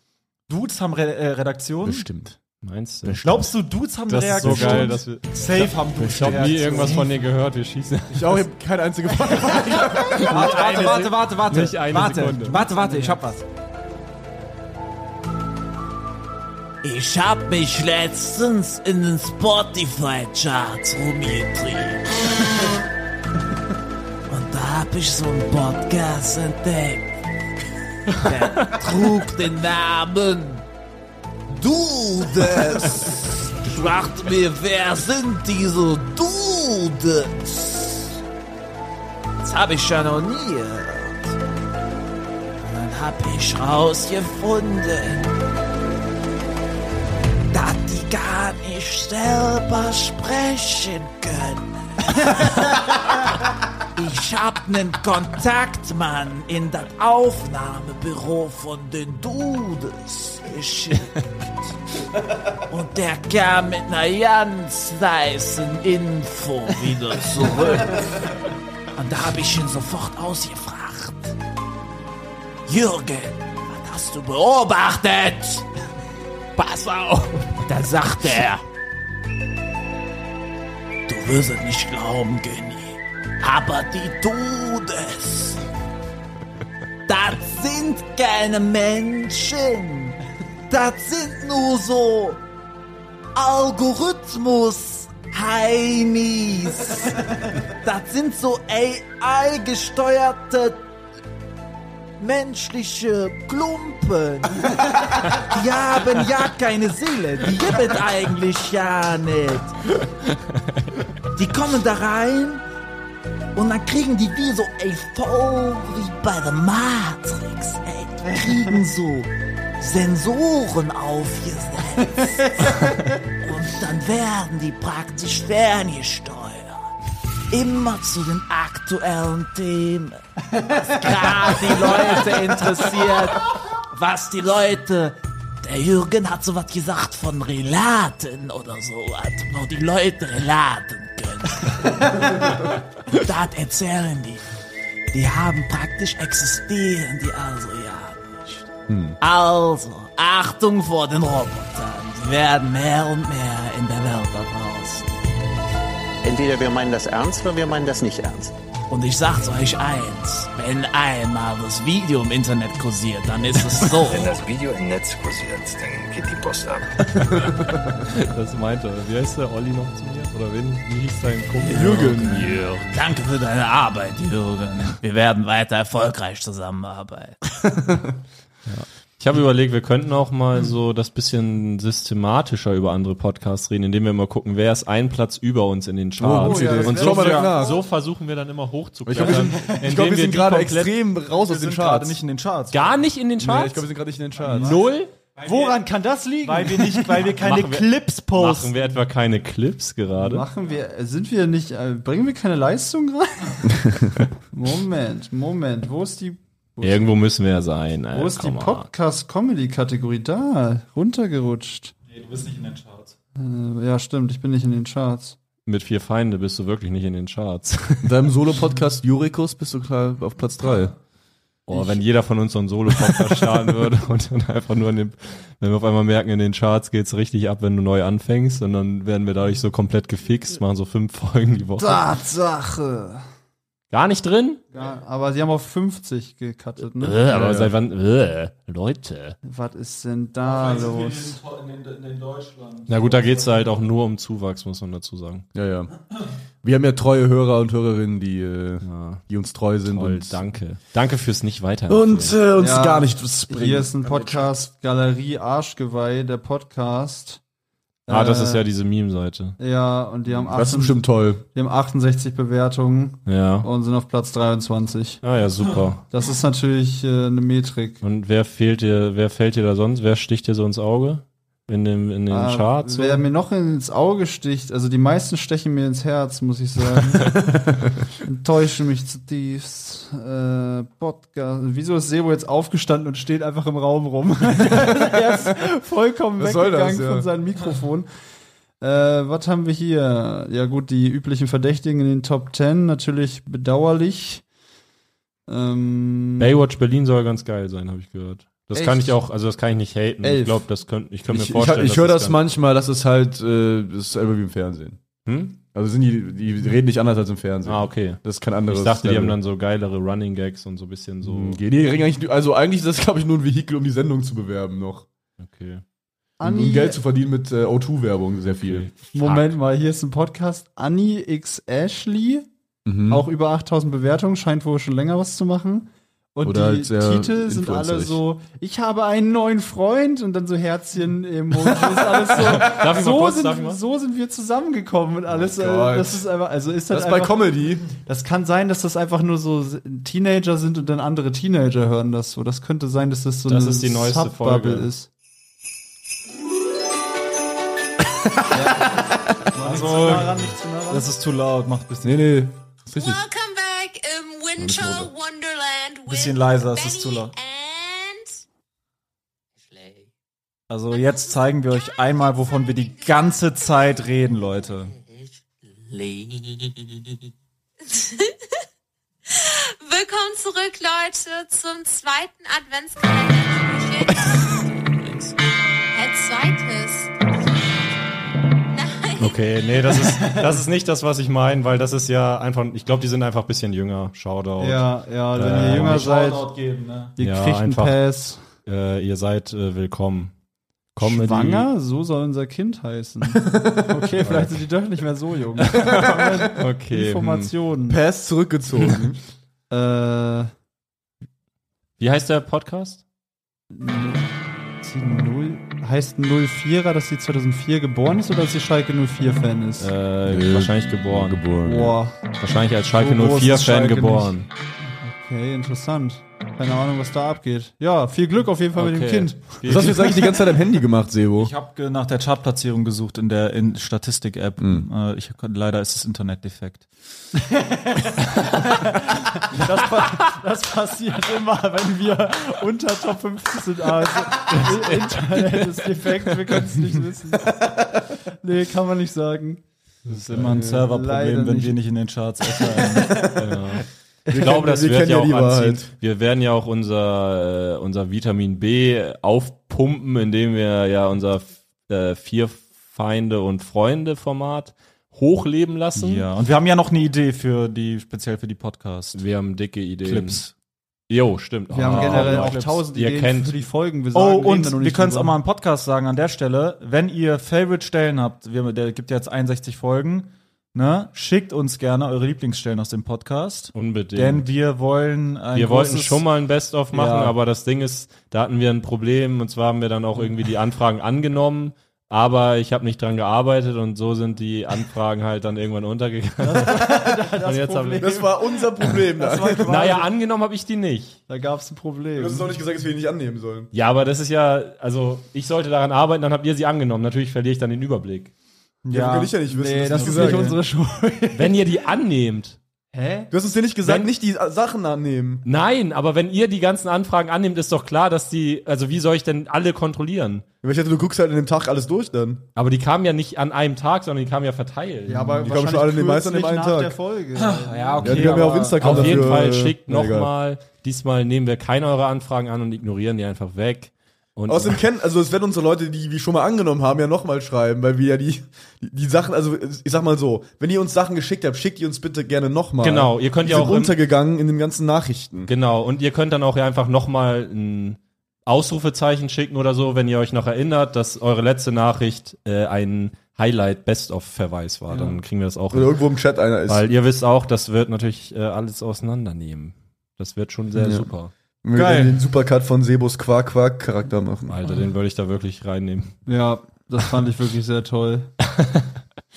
C: Dudes haben Re äh, Redaktionen?
A: Bestimmt.
D: Meinst
A: du?
C: Glaubst du, Dudes haben
D: Das ist so
C: Redaktionen?
D: geil, dass wir.
C: Safe
D: Ich-
C: haben Dudes
D: Ich habe nie
C: Redaktionen.
D: irgendwas von dir gehört. Wir schießen.
A: Ich auch, ich hab keine einzige Frage.
L: Warte, warte,
D: eine
L: warte,
D: Sek-
L: warte, warte.
D: nicht eine
L: warte,
D: Sekunde.
L: warte, warte, ich hab was.
S: Ich hab mich letztens in den Spotify-Charts rumgetrieben. Und da hab ich so einen Podcast entdeckt. Der trug den Namen Dudes. Ich dachte mir, wer sind diese Dudes? Das hab ich ja noch nie gehört. Und dann hab ich rausgefunden, dass die gar nicht selber sprechen können. ich hab nen Kontaktmann in das Aufnahmebüro von den Dudes geschickt. Und der kam mit ner ganz niceen Info wieder zurück. Und da hab ich ihn sofort ausgefragt. Jürgen, was hast du beobachtet? Pass auf! Da sagt er. Du wirst es nicht glauben, Genie. Aber die Dudes. Das sind keine Menschen. Das sind nur so Algorithmus. Heimis. Das sind so AI-gesteuerte menschliche Klumpen. Die haben ja keine Seele. Die gibt eigentlich ja nicht. Die kommen da rein und dann kriegen die wie so, ey, voll wie bei der Matrix, ey. Die kriegen so Sensoren aufgesetzt. Und dann werden die praktisch ferngesteuert. Immer zu den aktuellen Themen. Was gerade die Leute interessiert. Was die Leute. Der Jürgen hat sowas gesagt von Relaten oder so. Hat nur die Leute relaten können. Und das erzählen die. Die haben praktisch existieren, die also ja.
J: Hm.
S: Also, Achtung vor den Robotern. Sie werden mehr und mehr in der Welt da draußen.
I: Entweder wir meinen das ernst oder wir meinen das nicht ernst.
S: Und ich sag's euch eins, wenn einmal das Video im Internet kursiert, dann ist es so.
J: Wenn das Video im Netz kursiert, dann geht die Post ab.
D: Das meinte er. Wie heißt der Olli noch zu mir? Oder wen? Wie hieß dein Kumpel?
S: Jürgen, danke für deine Arbeit, Jürgen. Wir werden weiter erfolgreich zusammenarbeiten.
D: Ich habe überlegt, wir könnten auch mal so das bisschen systematischer über andere Podcasts reden, indem wir mal gucken, wer ist ein Platz über uns in den Charts.
A: gute Idee.
D: Und
A: Schau
D: so,
A: mal danach.
D: so versuchen wir dann immer
A: Ich glaube, wir
D: hochzuklettern.
A: sind, ich glaub, wir sind gerade extrem raus
D: Wir
A: aus den
D: sind
A: Charts.
D: gerade nicht in den Charts. Gar nicht in den Charts?
A: Nee, ich glaube, wir sind gerade nicht in den Charts.
D: Null?
C: Woran kann das liegen? Weil wir nicht, weil wir keine
D: Machen wir-
C: Clips posten.
D: Machen wir etwa keine Clips gerade?
B: Machen wir, sind wir nicht, äh, bringen wir keine Leistung rein? Moment, Moment, wo ist die,
D: Irgendwo müssen wir ja sein. ey,
B: wo ist die
D: Äh, komm mal.
B: Podcast-Comedy-Kategorie? Da, runtergerutscht.
C: Nee, du bist nicht in den Charts.
B: Äh, ja, stimmt, ich bin nicht in den Charts.
D: Mit vier Feinde bist du wirklich nicht in den Charts.
A: In deinem Solo-Podcast Jurikus bist du klar auf Platz 3.
D: Oh, wenn jeder von uns so einen Solo-Podcast starten würde und dann einfach nur in den, wenn wir auf einmal merken, in den Charts geht's richtig ab, wenn du neu anfängst und dann werden wir dadurch so komplett gefixt, machen so fünf Folgen die Woche.
B: Tatsache!
D: Gar nicht drin?
B: Ja, aber sie haben auf 50 gecuttet, ne?
D: Äh, aber seit wann? Äh, Leute.
B: Was ist denn da los?
D: Na gut, da geht's halt auch nur um Zuwachs, muss man dazu sagen.
A: Ja, ja. Wir haben ja treue Hörer und Hörerinnen, die, äh, die uns treu sind.
D: Toll,
A: und
D: danke. Danke fürs Nicht-Weiter.
A: Und äh, uns
B: Ja,
A: gar nichts bringen.
B: Hier ist ein Podcast, Galerie Arschgeweih, der Podcast.
D: Ah, das ist ja diese Meme-Seite.
B: äh, Ja, und die haben
D: Das ist bestimmt
A: toll.
B: Die haben 68 Bewertungen.
D: Ja.
B: Und sind auf Platz 23.
D: Ah ja, super.
B: Das ist natürlich äh, eine Metrik.
D: Und wer fehlt dir, wer fällt dir da sonst? Wer sticht dir so ins Auge? in, dem, in den
B: Ah,
D: Charts. so.
B: Wer mir noch ins Auge sticht, also die meisten stechen mir ins Herz, muss ich sagen. Enttäuschen mich zutiefst. Äh, Podcast. Wieso ist Sebo jetzt aufgestanden und steht einfach im Raum rum? er ist vollkommen
A: Was soll
B: weggegangen
A: das, ja?
B: von seinem Mikrofon. Äh, was haben wir hier? Ja gut, die üblichen Verdächtigen in den Top 10, natürlich bedauerlich. Ähm,
D: Baywatch Berlin soll ganz geil sein, habe ich gehört. Das
B: Echt?
D: kann ich auch, also das kann ich nicht haten.
B: Elf.
D: Ich glaube, das könnte ich könnte mir
A: Ich, ich,
D: vorstellen.
A: ich höre
D: dass
A: das manchmal, das ist halt, äh, das ist selber wie im Fernsehen.
D: Hm?
A: Also sind die, die reden nicht anders als im Fernsehen.
D: Ah, okay.
A: Das ist kein anderes.
D: Ich dachte, die
A: Level.
D: haben dann so geilere Running Gags und so ein bisschen so.
B: Mhm,
A: Nee, die reden eigentlich, also eigentlich ist das, glaube ich, nur ein Vehikel, um die Sendung zu bewerben noch.
D: Okay.
A: Um,
B: Anni-
A: um Geld zu verdienen mit äh, O2-Werbung sehr viel.
B: Moment mal, hier ist ein Podcast. Annie X Ashley,
A: Mhm.
B: auch über 8000 Bewertungen, scheint wohl schon länger was zu machen. Und
A: Oder
B: die
A: halt sehr
B: Titel sind alle
A: influencerig.
B: so, ich habe einen neuen Freund und dann so Herzchen im Mund. alles so.
A: Darf ich mal
B: so,
A: kurz,
B: sind,
A: darf ich mal?
B: so sind wir zusammengekommen und alles. äh,
A: Gott.
B: das ist einfach, also ist
A: Das ist bei Comedy.
B: Das kann sein, dass das einfach nur so Teenager sind und dann andere Teenager hören das so. Das könnte sein, dass das so
D: Das ist die neueste
B: Subbubble
D: Folge.
B: ist.
C: Also,
B: das
C: ist zu laut, macht ein bisschen.
A: Nee, nee. Ist richtig.
T: Welcome back im Winter Wonderland with
C: Bisschen leiser, es ist zu laut. Also jetzt zeigen wir euch einmal, wovon wir die ganze Zeit reden, Leute.
T: Willkommen zurück, Leute, zum zweiten Adventskalender. Als zweites.
D: Okay, nee, das ist, das ist nicht das, was ich meine, weil das ist ja einfach, ich glaube, die sind einfach ein bisschen jünger. Shoutout. Äh,
B: Ja, ja, wenn ihr jünger seid,
C: Shoutout geben, ne?
B: ihr kriegt einen
D: einfach,
B: Pass.
D: Äh, ihr seid äh, willkommen. Comedy.
B: Schwanger? So soll unser Kind heißen. Okay, vielleicht sind die doch nicht mehr so jung.
D: Okay, hm.
B: Informationen.
A: Pass zurückgezogen.
B: äh,
D: Wie heißt der Podcast?
B: ist die Null, heißt 04er, dass sie 2004 geboren ist oder dass sie Schalke 04-Fan ist?
D: Äh, wahrscheinlich geboren.
A: Geboren.
B: Boah.
D: Wahrscheinlich als Schalke
B: groß ist
D: 04 Fan
B: Schalke
D: geboren.
B: nicht. Okay, interessant. Keine Ahnung, was da abgeht. Ja, viel Glück auf jeden Fall mit dem
C: Okay.
B: Kind.
A: Was hast du jetzt eigentlich die ganze Zeit am Handy gemacht, Sebo?
C: Ich habe nach der Chartplatzierung gesucht in der in Statistik-App.
A: Hm.
C: Äh, ich, leider ist das Internet defekt.
B: Das, pa- das passiert immer, wenn wir unter Top 50 sind. Also, Internet ist defekt, wir können es nicht wissen. Nee, kann man nicht sagen.
C: Das ist immer ein
B: Äh,
C: Serverproblem,
B: leider
C: wenn
B: nicht.
C: wir nicht in den Charts erscheinen.
D: Ja. Ich glaube, das wird ja auch anziehen. Wir werden ja auch unser, äh, unser Vitamin B aufpumpen, indem wir ja unser äh, Vier Feinde und Freunde Format hochleben lassen.
C: Ja, und wir haben ja noch eine Idee für die, speziell für die Podcasts.
D: Wir haben dicke Ideen.
C: Clips.
D: Jo, stimmt.
C: Wir haben generell auch
B: tausend
D: Ah. Ihr
B: Ideen
D: kennt
B: für die Folgen. Wir
C: oh,
B: sagen, reden da
C: und
B: nur
C: wir
B: nicht
C: können es
B: drüber.
C: auch mal im Podcast sagen an der Stelle, wenn ihr Favorite-Stellen habt, wir, der gibt ja jetzt 61 Folgen, ne? schickt uns gerne eure Lieblingsstellen aus dem Podcast.
D: Unbedingt.
C: Denn wir wollen ein
D: wir wollten
C: großes-
D: schon mal ein Best-of machen,
C: Ja. Mhm.
D: aber das Ding ist, da hatten wir ein Problem und zwar haben wir dann auch irgendwie die Anfragen angenommen, aber ich habe nicht dran gearbeitet und so sind die Anfragen halt dann irgendwann untergegangen. und jetzt haben wir-
A: Das war unser Problem. da.
D: naja, angenommen habe ich die nicht.
B: Da gab es ein Problem.
A: Du hast uns auch nicht gesagt, dass wir die nicht annehmen sollen.
D: Ja, aber das ist ja, also ich sollte daran arbeiten, dann habt ihr sie angenommen. Natürlich verliere ich dann den Überblick.
A: Ja, Ja, will ich ja nicht wissen,
B: nee, das
A: das
B: ist
A: ist
B: nicht
A: gesagt.
B: unsere Schuld.
D: Wenn ihr die annehmt.
B: Hä?
A: Du hast uns dir nicht gesagt,
D: Wenn-
A: nicht die äh, Sachen annehmen.
D: Nein, aber wenn ihr die ganzen Anfragen annehmt, ist doch klar, dass die, also wie soll ich denn alle kontrollieren?
A: Aber Ich dachte, du guckst halt in dem Tag alles durch dann.
D: Aber die kamen ja nicht an einem Tag, sondern die kamen ja verteilt.
B: Ja, aber
A: Die kamen schon alle in den meisten an dem einen Tag.
B: Folge.
D: Ja, okay.
A: Ja, die haben ja
D: aber
A: auf Instagram
D: Auf jeden
A: dafür,
D: Fall
A: äh,
D: schickt
A: na, egal.
D: nochmal. Diesmal nehmen wir keine eurer Anfragen an und ignorieren die einfach weg. Und
A: Außerdem kennen, also es werden unsere Leute, die wir schon mal angenommen haben, ja nochmal schreiben, weil wir ja die, die, die Sachen, also ich sag mal so, wenn ihr uns Sachen geschickt habt, schickt ihr uns bitte gerne nochmal.
D: Genau, ihr könnt
A: die
D: ja
A: sind
D: auch im-
A: untergegangen in den ganzen Nachrichten.
D: genau. Und ihr könnt dann auch ja einfach nochmal ein Ausrufezeichen schicken oder so, wenn ihr euch noch erinnert, dass eure letzte Nachricht äh, ein Highlight Best of Verweis war. Dann kriegen wir das auch.
A: Oder irgendwo im Chat einer ist.
D: Weil ihr wisst auch, das wird natürlich äh, alles auseinandernehmen. Das wird schon sehr
A: Ja.
D: super.
A: Wenn wir
D: Geil.
A: dann den Supercut von Sebos Quark-Quark-Charakter machen.
D: Alter, den würde ich da wirklich reinnehmen.
B: Ja, das fand ich wirklich sehr toll.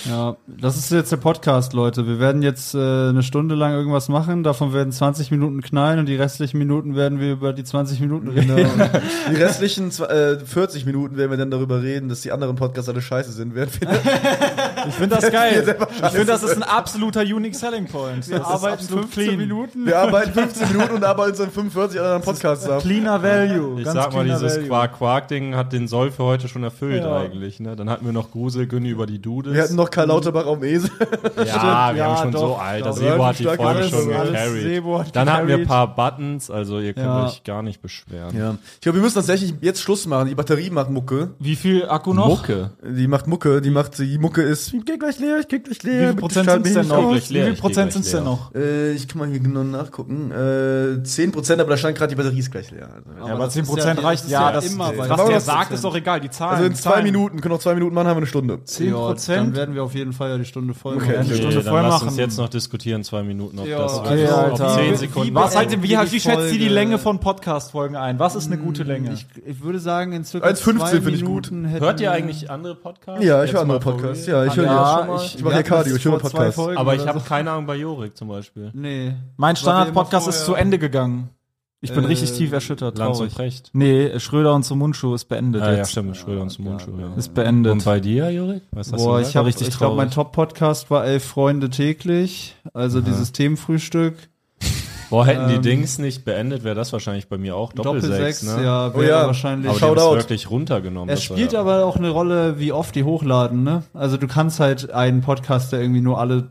B: Ja, das ist jetzt der Podcast, Leute. Wir werden jetzt äh, eine Stunde lang irgendwas machen. Davon werden 20 Minuten knallen und die restlichen Minuten werden wir über die 20 Minuten reden.
A: Genau.
D: Genau.
A: Die restlichen zw- äh, 40 Minuten werden wir dann darüber reden, dass die anderen Podcasts alle scheiße sind. Während wir
C: Ich finde das
A: Jetzt
C: geil.
A: mir selber
C: Ich finde, das
A: scheiße.
C: ist ein absoluter Unique Selling Point.
A: Wir
C: das
A: arbeiten
C: ist absolut
A: 15
C: clean.
A: Wir arbeiten 15 Minuten und arbeiten dann 45 anderen Podcasts ab.
C: Cleaner Value.
D: Ich
C: ganz
D: sag mal,
C: cleaner
D: dieses
C: Value.
D: Quark-Quark-Ding hat den Soll für heute schon erfüllt
C: Ja.
D: eigentlich. Ne? Dann hatten wir noch Gruselgünni über die Dudes.
A: Wir hatten noch Karl Lauterbach auf dem Esel.
D: Ja, wir haben schon so, Alter, Sebo hat die Folge schon
A: Sebo
D: gecarried.
A: hat
D: Dann hatten wir ein
A: gecarried.
D: paar Buttons, also ihr könnt
A: Ja.
D: euch gar nicht beschweren.
A: Ja. Ich glaube, wir müssen tatsächlich jetzt Schluss machen. Die Batterie macht Mucke.
C: Wie viel Akku
D: noch? Mucke?
A: Die macht Mucke. Die macht, die Mucke ist, ich geh gleich leer, ich geh gleich leer.
C: Wie viel
A: bitte
C: Prozent
A: schalt mich
C: sind's denn
A: nicht
C: noch?
A: aus.
C: Ich geh gleich Wie viel leer, ich Prozent geh gleich sind's denn leer. noch?
A: Äh, ich kann mal hier genau nachgucken. Äh, 10 Prozent, aber da stand gerade, die Batterie ist gleich leer. Also,
C: Ja, aber 10% reicht. Ja, das, was
A: Machen wir
C: der
A: das
C: sagt,
A: 10%.
C: ist doch egal. Die Zahlen.
A: Also in
C: die
A: zwei
C: Zahlen.
A: Minuten, können noch zwei Minuten machen, haben wir eine Stunde.
C: 10 Prozent.
B: Dann werden wir auf jeden Fall ja die Stunde voll
D: Okay,
B: machen.
D: okay,
C: Stunde
D: dann
C: voll
D: lasst uns
C: machen.
D: jetzt noch diskutieren, zwei Minuten, ob
B: Ja,
D: das also
B: okay,
D: ob
B: Alter.
D: zehn
B: Wie-
D: Sekunden.
B: wie-
C: Was haltet, wie,
B: Wie
C: wie schätzt ihr die
B: Folge? Ähm,
C: Länge von Podcast-Folgen ein? Was ist eine gute Länge?
B: Ich würde sagen, in circa
A: 1,15
B: zwei
A: finde ich gut.
B: Minuten hätten
D: Hört ihr
B: wir- Ah,
D: eigentlich andere Podcasts?
A: Ja, ich
D: Jetzt
A: höre andere
D: mal vor-
A: Podcasts. Ja, ich höre
B: Ja,
A: ja, schon mal.
B: ich-
A: Ich, mache
B: wir
A: ja
B: hatten
A: Cardio,
B: das
A: ich höre
B: vor zwei
A: Podcasts.
B: Folgen
D: Aber ich
B: oder
D: habe keine Ahnung bei Jorik zum Beispiel.
B: Nee.
C: Mein
B: Weil
C: Standard-Podcast
B: wir immer
C: ist zu Ende gegangen. Ich bin
B: Äh,
C: richtig tief erschüttert.
D: Lanz
C: traurig.
D: und Precht.
C: Nee, Schröder und zum Mundschuh ist beendet.
D: Ah, ja,
C: jetzt.
D: stimmt, Schröder und zum Mundschuh. Ja.
C: Ist beendet.
D: Und bei dir, Jorik? Was hast
B: Boah,
D: du
B: ich, hab,
D: richtig
B: richtig ich glaube, mein
D: traurig.
B: Top-Podcast war Elf Freunde täglich. Also dieses Themenfrühstück.
D: Boah, hätten die
B: Ähm,
D: Dings nicht beendet, wäre das wahrscheinlich bei mir auch Doppelsechs,
B: Doppelsechs,
D: ne?
B: ja, wäre Oh ja, wahrscheinlich-
D: Aber die haben
B: Shoutout.
D: es wirklich runtergenommen.
B: Es
D: das war
B: spielt
D: ja-
B: aber auch eine Rolle, wie oft die hochladen, ne? Also du kannst halt einen Podcast, der irgendwie nur alle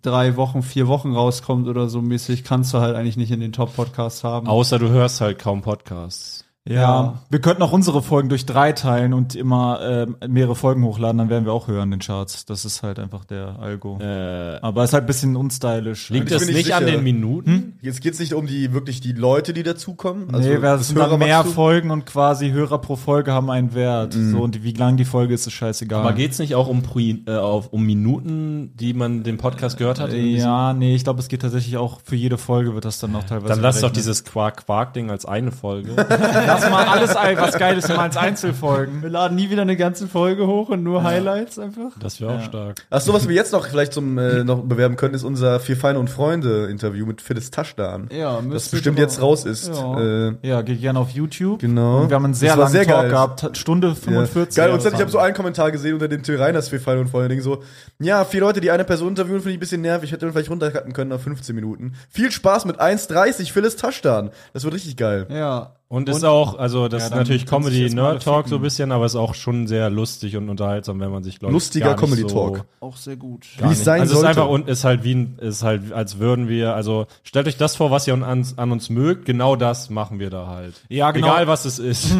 B: drei Wochen, vier Wochen rauskommt oder so mäßig, kannst du halt eigentlich nicht in den Top-Podcasts haben.
D: Außer du hörst halt kaum Podcasts.
C: Ja. wir könnten auch unsere Folgen durch drei teilen und immer ähm, mehrere Folgen hochladen, dann werden wir auch höher in den Charts. Das ist halt einfach der Algo. Aber ist halt ein bisschen unstylish.
D: Äh, Liegt
A: Also Ich
D: das
A: bin
D: nicht an
A: sicher.
D: den
C: Hm?
D: Minuten? Also
A: Jetzt geht's nicht um die wirklich die Leute, die dazukommen. Also
C: nee, wir
A: das
C: sind dann mehr
A: Hörerwachstum.
C: Folgen und quasi Hörer pro Folge haben einen Wert. So, und wie lang die Folge ist, ist scheißegal.
D: Mhm. Aber geht's nicht auch um, Pri- äh, auf, um Minuten, die man den Podcast gehört hat? in diesem-
C: ja, nee, ich glaube, es geht tatsächlich auch für jede Folge wird das dann noch teilweise.
D: Dann lass doch
C: berechnet.
D: dieses Quark-Quark-Ding als eine Folge.
C: Lass mal alles, ein- was Geiles mal als Einzelfolgen.
B: Wir laden nie wieder eine ganze Folge hoch und nur Highlights einfach.
D: Das wäre auch stark.
A: Ach so, was wir jetzt noch vielleicht zum äh, noch bewerben können, ist unser vier Feine und Freunde Interview mit Phyllis Taschdan.
B: Ja,
A: das
B: müsste
A: bestimmt
B: doch-
A: jetzt raus ist.
B: Ja.
A: Äh,
C: genau. Ja, geht gerne auf YouTube.
A: Genau.
C: Und wir haben einen sehr
A: Das war
C: langen
A: sehr
C: Talk
A: geil.
C: gehabt, Stunde 45.
A: Ja. Geil,
C: oder
A: und ich habe
C: so.
A: so einen Kommentar gesehen unter dem Till Reiners vier Feine und Freunde Ding so, ja, vier Leute, die eine Person interviewen, finde ich ein bisschen nervig. Hätte man vielleicht runtercutten können nach 15 Minuten. Viel Spaß mit 1,30 Phyllis Taschdan. Das wird richtig geil.
B: Ja.
D: Und ist auch, also das
A: Ja,
D: ist
A: dann
D: natürlich
A: kannst du dich
D: Comedy
A: jetzt mal
D: Nerd Talk
A: ficken.
D: so ein bisschen, aber ist auch schon sehr lustig und unterhaltsam, wenn man sich glaube ich
A: Lustiger
D: gar nicht
A: Comedy
D: so
A: Talk.
B: Auch sehr gut.
D: Gar
A: Wie es
D: nicht.
A: sein
D: also
A: sollte.
D: Es ist einfach und ist halt wie ein, ist halt als würden wir, also stellt euch das vor, was ihr an, an uns mögt, genau das machen wir da halt.
C: Ja, genau.
D: Egal was es ist.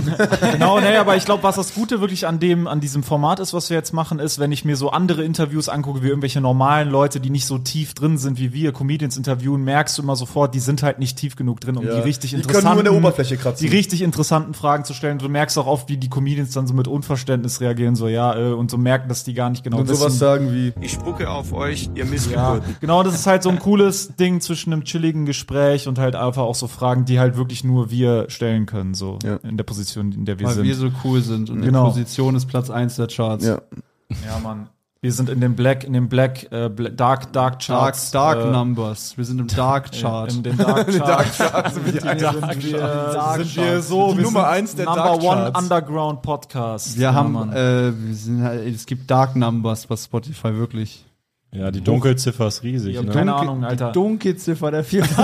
C: genau, nee, aber ich glaube, was das Gute wirklich an dem, an diesem Format ist, was wir jetzt machen, ist, wenn ich mir so andere Interviews angucke, wie irgendwelche normalen Leute, die nicht so tief drin sind wie wir, Comedians interviewen, merkst du immer sofort, die sind halt nicht tief genug drin, um
A: Ja.
C: die richtig
A: Die können nur an
C: interessanten,
A: der Oberfläche kratzen.
C: die richtig interessanten Fragen zu stellen. Du merkst auch oft, wie die Comedians dann so mit Unverständnis reagieren, so ja, äh, und so merken, dass die gar nicht genau
A: und sowas sagen wie,
H: Ich spucke auf euch, ihr
C: ja,
H: Missgeburten.
C: genau, das ist halt so ein cooles Ding zwischen einem chilligen Gespräch und halt einfach auch so Fragen, die halt wirklich nur wir stellen können, so in der Position, in der wir
B: Weil
C: sind.
B: wir so cool sind und
C: Genau.
B: die Position ist Platz 1 der Charts.
A: Ja.
C: Ja, Mann. Wir sind in dem Black, in dem Black, äh, Bla- Dark, Dark
B: Dark,
C: Charts.
B: Dark
C: äh,
B: Numbers. Wir sind im Dark Chart.
C: In den Dark Charts.
A: Dark Charts,
C: sind
A: wie die
C: wir,
A: Dark
C: sind wir, äh,
A: Charts. Dark
C: sind wir
A: Charts.
C: so.
A: Die
C: wir
A: Nummer
C: sind
A: eins der
C: Number
A: Dark
C: One
A: Charts.
C: Underground Podcast.
B: Wir
C: Ja,
B: haben,
C: Mann.
B: äh, wir sind halt, es gibt Dark Numbers bei Spotify wirklich.
D: ja, die Dunkelziffer ist riesig.
C: Ja,
D: ne?
C: keine Ahnung, Alter.
B: Die Dunkelziffer der vier.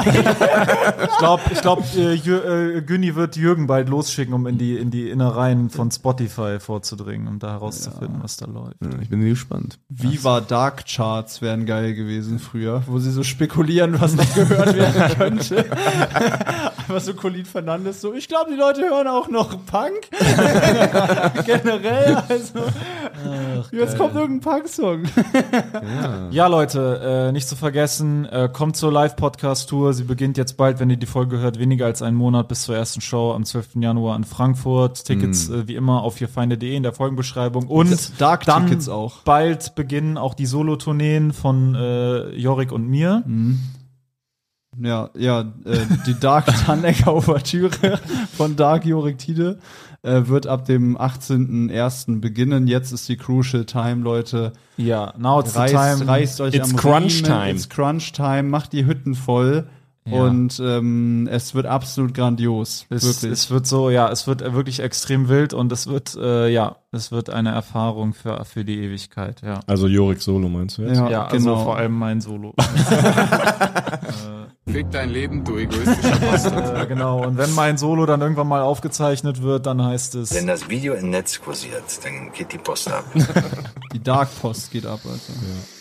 C: Ich glaube, ich glaub, äh, Jür, äh, Günni wird Jürgen bald losschicken, um in die, in die Innereien von Spotify vorzudringen, um da herauszufinden, was da läuft.
A: Hm, ich bin gespannt.
B: Viva Dark Charts wären geil gewesen früher, wo sie so spekulieren, was noch gehört werden könnte. Aber so Colin Fernandes so, ich glaube, die Leute hören auch noch Punk. Generell, also. jetzt kommt irgendein Punk-Song.
C: Ja, Leute, äh, nicht zu vergessen, äh, kommt zur Live-Podcast-Tour. Sie beginnt jetzt bald, wenn ihr die Folge hört, weniger als einen Monat bis zur ersten Show am 12. Januar in Frankfurt. Tickets
B: Mhm.
C: äh, wie immer auf vierfeinde.de in der Folgenbeschreibung. Und
B: Dark
C: dann
B: Tickets auch.
C: bald beginnen auch die Solo-Tourneen von äh, Jorik und mir.
B: Ja, ja, äh, die Dark Tannecker Ouvertüre von Dark Jorik Tide äh, wird ab dem 18.01. beginnen. Jetzt ist die Crucial Time, Leute.
U: Ja, now it's the
B: reißt,
U: time.
B: Reißt euch
U: It's
B: am
U: crunch
B: Riemen.
U: time.
B: It's Crunch Time. Macht die Hütten voll.
U: Ja.
B: Und ähm, es wird absolut grandios.
U: Es, es wird so, ja, es wird wirklich extrem wild und es wird, äh, ja, es wird eine Erfahrung für, für die Ewigkeit, ja.
D: Also Jorik Solo meinst du jetzt?
U: ja, also
B: genau.
A: genau.
U: vor allem mein Solo. Äh,
V: Fick dein Leben, du egoistischer
U: Äh,
V: Bastard.
U: genau, und wenn mein Solo dann irgendwann mal aufgezeichnet wird, dann heißt es.
J: Wenn das Video im Netz kursiert, dann geht die Post ab.
B: Die Dark Post geht ab,
U: also.
B: Alter.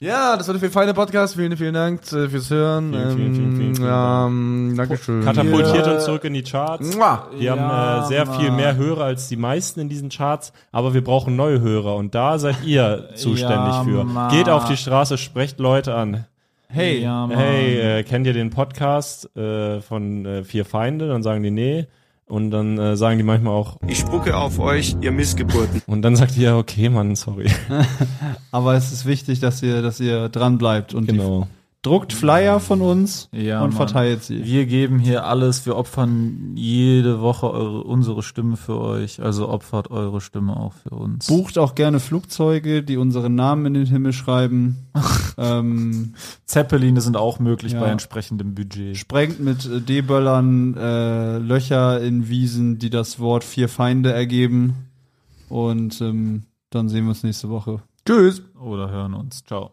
A: Ja, das war der feine Podcast. Vielen, vielen Dank äh, fürs Hören.
D: Vielen, vielen, vielen, vielen, vielen
A: ähm, Dankeschön.
D: Katapultiert uns zurück in die Charts.
A: Mua.
D: Wir haben
A: Ja,
D: äh, sehr viel
A: Mann.
D: mehr Hörer als die meisten in diesen Charts, aber wir brauchen neue Hörer und da seid ihr zuständig
U: Ja,
D: für.
U: Mann.
D: Geht auf die Straße, sprecht Leute an.
U: Hey. Ja, Mann.
D: hey, äh, kennt ihr den Podcast äh, von äh, Vier Feinde? Dann sagen die nee. Und dann äh, sagen die manchmal auch,
W: Ich spucke auf euch, ihr Missgeburten.
D: und dann sagt ihr, okay, Mann, sorry.
B: Aber es ist wichtig, dass ihr, dass ihr dran bleibt und
D: Genau.
B: die, druckt Flyer von uns
U: Ja,
B: und
U: Mann.
B: verteilt sie.
U: Wir geben hier alles, wir opfern jede Woche eure, unsere Stimme für euch, also opfert eure Stimme auch für uns.
B: Bucht auch gerne Flugzeuge, die unseren Namen in den Himmel schreiben. ähm,
U: Zeppeline sind auch möglich
B: Ja.
U: bei entsprechendem Budget.
B: sprengt mit äh, D-Böllern äh, Löcher in Wiesen, die das Wort vier Feinde ergeben. Und ähm, dann sehen wir uns nächste Woche.
A: Tschüss.
U: Oder hören uns. Ciao.